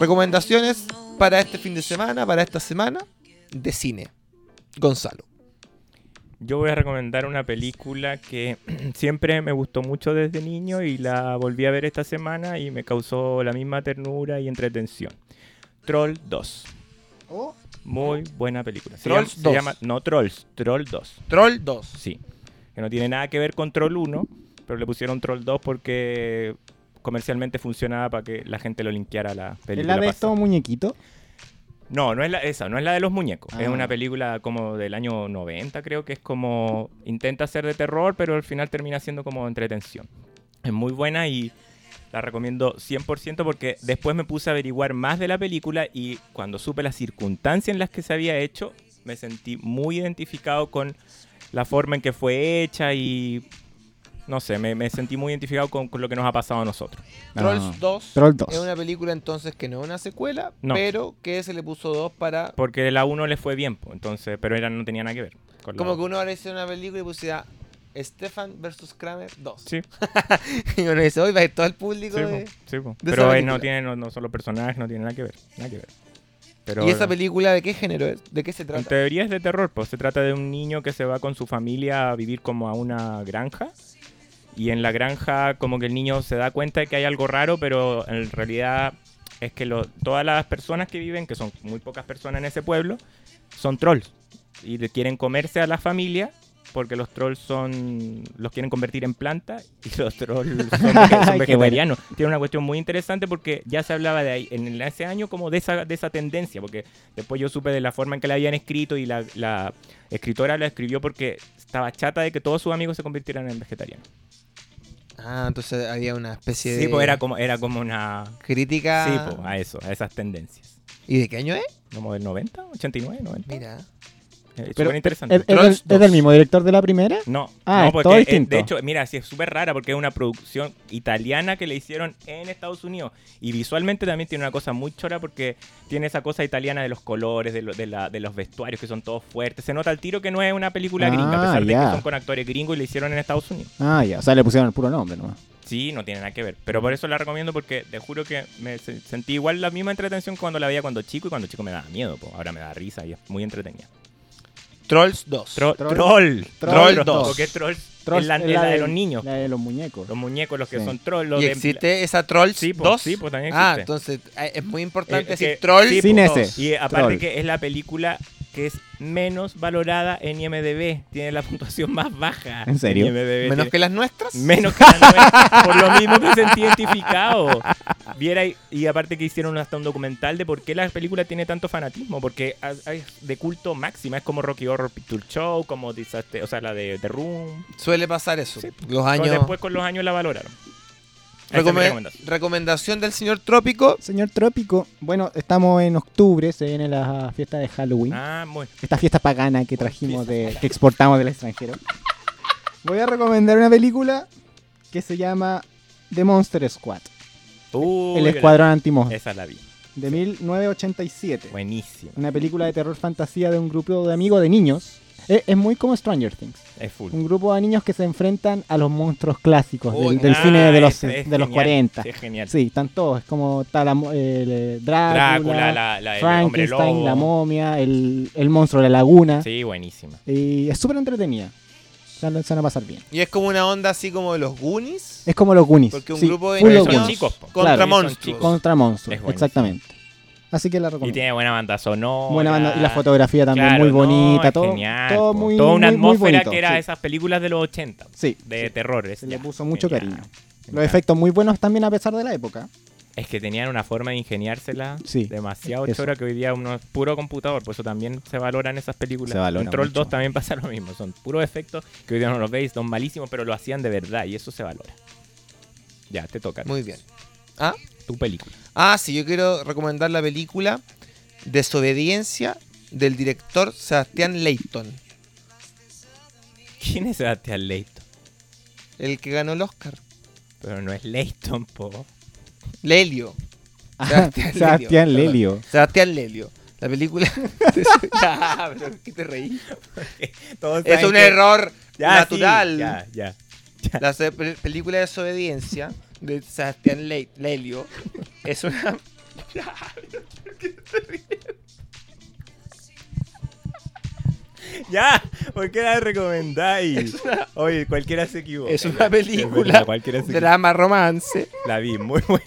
C: Recomendaciones para este fin de semana, para esta semana de cine. Gonzalo.
E: Yo voy a recomendar una película que siempre me gustó mucho desde niño y la volví a ver esta semana y me causó la misma ternura y entretención. Troll 2. Muy buena película. Se
C: Trolls
E: llama- se
C: 2.
E: llama- no Trolls, Troll 2.
C: Troll 2.
E: Sí. Que no tiene nada que ver con Troll 1, pero le pusieron Troll 2 porque comercialmente funcionaba para que la gente lo linkeara a la
F: ¿Es
E: película.
F: la de
E: pasada.
F: estos muñequitos?
E: No, no es la, esa, no es la de los muñecos. Es
F: Ah.
E: una película como del año 90, creo que es como. Intenta ser de terror, pero al final termina siendo como entretención. Es muy buena y la recomiendo 100% porque después me puse a averiguar más de la película y cuando supe las circunstancias en las que se había hecho, me sentí muy identificado con la forma en que fue hecha y. No sé, me, me sentí muy identificado con, con lo que nos ha pasado a nosotros.
C: Trolls 2.
F: Troll 2.
C: Es una película entonces que no es una secuela,
E: No.
C: pero que se le puso 2 para...
E: Porque la 1 le fue bien, po, entonces, pero era, no tenía nada que ver. con la
C: Como que
E: otra.
C: uno ahora hizo una película y pusiera Stefan versus Kramer 2.
E: Sí.
C: Y uno dice, hoy va a ir todo el público.
E: Sí,
C: de-".
E: po, sí, po.
C: de esa
E: pero eh,
C: película.
E: no tiene no, no son los personajes, no tiene nada que ver, nada que ver. Pero
C: ¿Y esa película de qué género es? ¿De qué se
E: en
C: trata?
E: teoría es de terror, pues se trata de un niño que se va con su familia a vivir como a una granja y en la granja como que el niño se da cuenta de que hay algo raro, pero en realidad es que lo- todas las personas que viven, que son muy pocas personas en ese pueblo, son trolls y le quieren comerse a la familia porque los trolls son los quieren convertir en planta y los trolls son, vege- son
F: Ay, qué bueno.
E: vegetarianos. Tiene una cuestión muy interesante porque ya se hablaba de ahí en el- ese año como de esa de esa tendencia, porque después yo supe de la forma en que la habían escrito y la, la escritora la escribió porque estaba chata de que todos sus amigos se convirtieran en vegetarianos.
C: Ah, entonces había una especie
E: Sí,
C: de
E: pues era como era como una
C: crítica.
E: sí, pues, a eso, a esas tendencias.
C: ¿Y de qué año es?
E: Como del 90, 89, 90.
C: Mira.
F: Pero
E: Súper interesante.
F: ¿Es, es del,
C: Trolls
F: es del
C: 2.
F: mismo director de la primera?
E: No,
F: Ah,
E: no,
F: es todo
E: porque eh,
F: distinto.
E: de hecho, mira, sí es súper rara porque es una producción italiana que le hicieron en Estados Unidos y visualmente también tiene una cosa muy chora porque tiene esa cosa italiana de los colores, de, lo- de la- de los vestuarios que son todos fuertes. Se nota al tiro que no es una película gringa, a
F: Ah,
E: pesar de
F: ya.
E: que son con actores gringos y le hicieron en Estados Unidos.
F: Ah, ya. O sea, le pusieron el puro nombre nomás.
E: Sí, no tiene nada que ver, pero por eso la recomiendo porque te juro que me se- sentí igual la misma entretención cuando la veía cuando chico y cuando chico me daba miedo, po. ahora me da risa y es muy entretenida.
C: Trolls 2.
E: Tro-
F: Troll-
E: troll,
F: Troll dos.
E: porque Troll,
F: Trolls
E: es la,
F: es
E: es la de
F: del-
E: los niños.
F: La de los muñecos.
E: Los muñecos, los que
F: Sí.
E: son trolls. los
C: ¿Y
E: de-
C: existe esa Trolls
E: Sí, pues,
C: 2?
E: sí, pues, también
C: Ah,
E: existe.
C: entonces eh, es muy importante
E: Eh,
C: decir
E: que-
C: Trolls
E: sí,
F: Sin
C: 2.
F: ese.
E: Y eh, aparte
F: Troll.
E: que es la película que es menos valorada en IMDB. Tiene la puntuación más baja.
F: ¿En serio?
E: IMDb.
C: Menos
E: Tiene-
C: que las nuestras.
E: menos que la novela. Por lo mismo que sentí identificado. Viera y, y aparte que hicieron hasta un documental de por qué la película tiene tanto fanatismo. Porque es es de culto máxima. Es como Rocky Horror Picture Show, como Disaster, o sea, la de The Room.
C: Suele pasar eso.
E: Sí,
C: Los
E: Pero
C: años.
E: después con los años la valoraron. Esa es mi
C: Recome-
E: recomendación.
C: recomendación del señor Trópico.
F: Señor Trópico, bueno, estamos en octubre, se viene la fiesta de Halloween.
E: Ah, muy.
F: Esta fiesta pagana que trajimos, de, que exportamos del extranjero. Voy a recomendar una película que se llama The Monster Squad.
E: Uy,
F: el
E: la-
F: Escuadrón Antimonstruo.
E: Esa la vi.
F: de 1987.
E: Buenísimo.
F: Una película de terror fantasía de un grupo de amigos de niños. Es, es muy como Stranger Things.
E: Es full.
F: Un grupo de niños que se enfrentan a los monstruos clásicos
E: Oh,
F: del, del
E: ah,
F: cine de los,
E: ese es
F: de los
E: genial,
F: 40.
E: ese es genial.
F: Sí, están todos. Es como está la, mo- el, eh, Drácula,
E: Drácula, la, la, el hombre
F: Frankenstein,
E: lobo.
F: la momia, el, el monstruo de la laguna.
E: Sí, buenísima.
F: Y es súper entretenida. Se van, se van a pasar bien.
C: Y es como una onda así como de los Goonies
F: Es como los Goonies.
C: Porque un
F: sí,
C: grupo de
F: full
E: Porque
F: los
C: niños
E: son
F: Goonies.
E: chicos, po.
C: contra
F: Claro, son
C: monstruos.
E: chicos.
F: Contra monstruos,
E: Es buenísimo.
F: exactamente. Así que la
E: Y
F: recomiendo.
E: tiene buena banda sonora.
F: Buena banda. Y la fotografía también
E: Claro,
F: muy
E: no,
F: bonita.
E: es
F: todo,
E: genial,
F: todo
E: po.
F: muy,
E: Toda una
F: muy- muy
E: atmósfera
F: bonito,
E: que era
F: sí.
E: esas películas de los 80.
F: Sí,
E: De
F: sí.
E: terrores.
F: Se le
E: ya,
F: puso mucho
E: genial,
F: cariño. Los
E: genial.
F: efectos muy buenos también a pesar de la época.
E: Es que tenían una forma de ingeniársela
F: Sí,
E: demasiado
F: eso.
E: chora que hoy día uno es puro computador, por eso también se valoran esas películas.
F: Se valora
E: en Troll
F: mucho.
E: 2 también pasa lo mismo, son puros efectos que hoy día no los veis, son malísimos, pero lo hacían de verdad y eso se valora. Ya, te toca.
C: Muy bien. ¿Ah?
E: Tu película.
C: ah, sí, yo quiero recomendar la película Desobediencia del director Sebastián Leighton,
E: ¿Quién es Sebastián Leighton?
C: el que ganó el Oscar.
E: Pero no es Leighton, po.
C: Lelio.
E: Ah,
C: Sebastián Lelio,
F: Sebastián
C: perdón.
F: Lelio.
C: Sebastián Lelio. La película. Ya, pero ¿por ¿qué te reí?
E: Todos
C: Es
E: saben
C: un
E: que-
C: error
E: Ya,
C: natural.
E: sí, ya, ya.
C: La se- pel- película de desobediencia de Sebastián Le- Lelio es una.
E: Ya, ¿por qué la recomendáis? Oye, cualquiera se equivoca.
C: Es una película.
E: verdad, cualquiera se equivoca.
C: drama romance.
E: La vi, muy buena.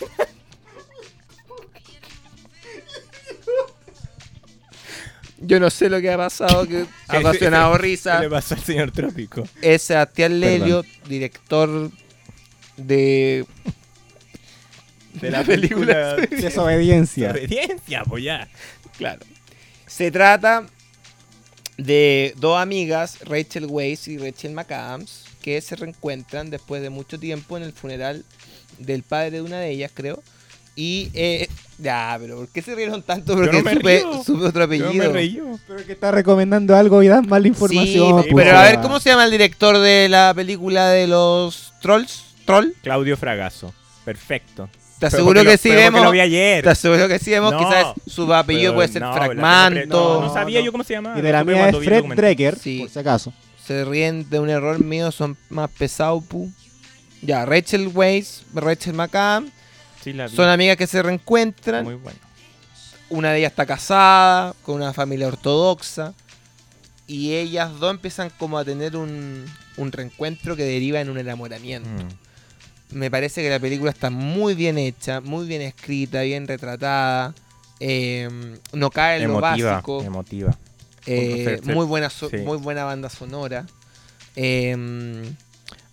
C: Yo no sé lo que ha pasado, que ha ocasionado
E: ¿Qué le
C: risa.
E: pasó al señor Trópico?
C: Es Sebastián Lelio, director de.
E: De la película.
F: Desobediencia.
E: Obediencia, pues ya.
C: Claro. Se trata de dos amigas, Rachel Weisz y Rachel McAdams, que se reencuentran después de mucho tiempo en el funeral del padre de una de ellas, creo. Y. eh, ya, pero ¿por qué se rieron tanto?
E: no
C: Porque
E: me
C: supe,
E: río.
C: supe otro apellido.
E: Yo me reí. yo.
F: Pero que está recomendando algo y das mala información.
C: Sí,
F: pues,
C: pero a ver,
F: ah.
C: ¿cómo se llama el director de la película de los trolls? ¿Troll?
E: Claudio Fragaso. Perfecto.
C: Te
E: Pero
C: aseguro
E: porque
C: que
E: lo-
C: sí
E: pero porque
C: vemos.
E: Lo vi ayer.
C: Te aseguro que sí vemos,
E: No.
C: quizás su apellido
E: Pero
C: puede ser
E: no, la-
C: Fragmento.
E: No, no sabía
F: No,
E: yo cómo se llamaba.
F: Y de
E: lo
F: la
E: supe
F: mía
E: cuando
F: es
E: vi el
F: Fred
E: documental.
F: Drecker,
C: Sí.
F: por si acaso.
C: Se ríen de un error mío, son más pesados, pu. Ya, Rachel Weisz, Rachel McCann,
E: Sí, la vi.
C: son amigas que se reencuentran.
E: Muy bueno.
C: Una de ellas está casada, con una familia ortodoxa. Y ellas dos empiezan como a tener un, un reencuentro que deriva en un enamoramiento.
E: Mm.
C: Me parece que la película está muy bien hecha, muy bien escrita, bien retratada. eh, no cae en lo
E: Emotiva.
C: básico.
E: Emotiva.
C: eh,
E: Se- se-
C: muy, buena so-
E: sí.
C: muy buena banda sonora. eh,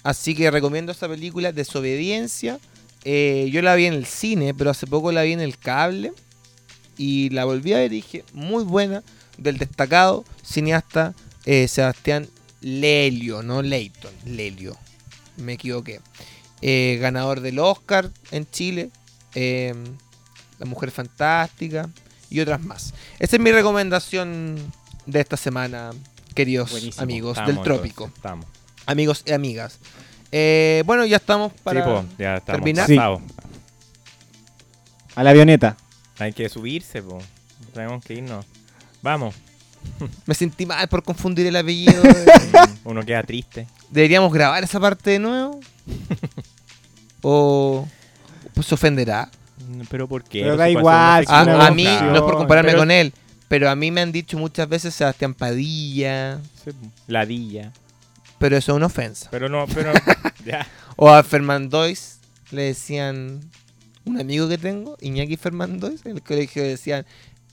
C: así que recomiendo esta película, Desobediencia. Eh, yo la vi en el cine, pero hace poco la vi en el cable. Y la volví a ver y dije, muy buena, del destacado cineasta eh, Sebastián Lelio, no Leighton, Lelio. Me equivoqué. Eh, ganador del Oscar en Chile. eh, la Mujer Fantástica y otras más. Esa es mi recomendación de esta semana, queridos
E: Buenísimo.
C: amigos
E: Estamos,
C: del trópico.
E: entonces, Estamos.
C: Amigos y amigas. Eh, bueno, ya estamos para...
E: Sí, po, ya estamos.
C: terminar.
F: Sí.
E: pasados.
F: A la avioneta.
E: Hay que subirse, po. Tenemos que irnos. Vamos.
C: Me sentí mal por confundir el apellido.
E: Uno queda triste.
C: ¿Deberíamos grabar esa parte de nuevo? ¿O pues, se ofenderá?
E: Pero ¿por qué?
F: Pero
E: Pues
F: da
E: si pasó
F: igual,
E: una
C: A,
F: si
E: sección.
F: una
C: a mí,
F: opción.
C: no es por compararme
E: Pero-
C: con él, pero a mí me han dicho muchas veces Sebastián Padilla,
E: Sí, po. Ladilla.
C: pero eso es una ofensa.
E: Pero no, pero. ya.
C: O a Fernandois le decían, un amigo que tengo, Iñaki Fernandois, en el colegio le decían,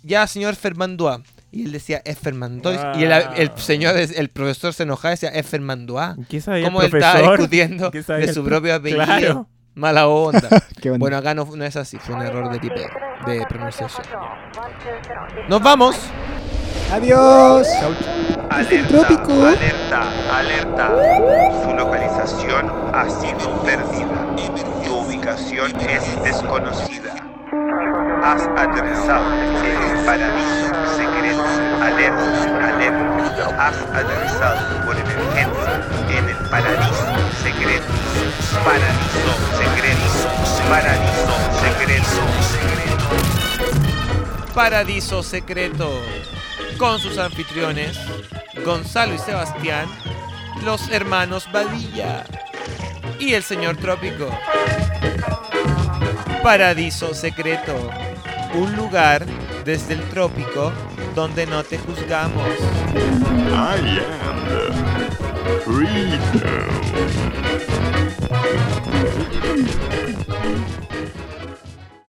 C: ya señor Fernandois. Y él decía, es Fernandois. Y el,
E: Ah.
C: el señor, el profesor se enojaba y decía, es Fernandois.
E: ¿Qué sabía
C: Como
E: el
C: él estaba
E: profesor?
C: discutiendo
E: ¿Qué sabía
C: de
E: el
C: su
E: pro-
C: propio apellido.
E: Claro.
C: Mala onda.
F: Qué bonito.
C: bueno, acá no, no es así, fue un error de tipeo, de pronunciación.
A: Nos
C: Nos
A: vamos.
C: vamos.
F: Adiós.
B: Alerta,
F: trópico.
B: alerta, alerta. Su localización ha sido perdida. Tu ubicación es desconocida. Has aterrizado en el paraíso secreto. Alerta, alerta. Has aterrizado por emergencia en el paraíso secreto. Paraíso secreto. Paraíso secreto. secreto.
C: Paradiso Secreto, con sus anfitriones, Gonzalo y Sebastián, los hermanos Badilla y el señor Trópico. Paradiso Secreto, un lugar desde el trópico donde no te juzgamos.
D: I am the freedom.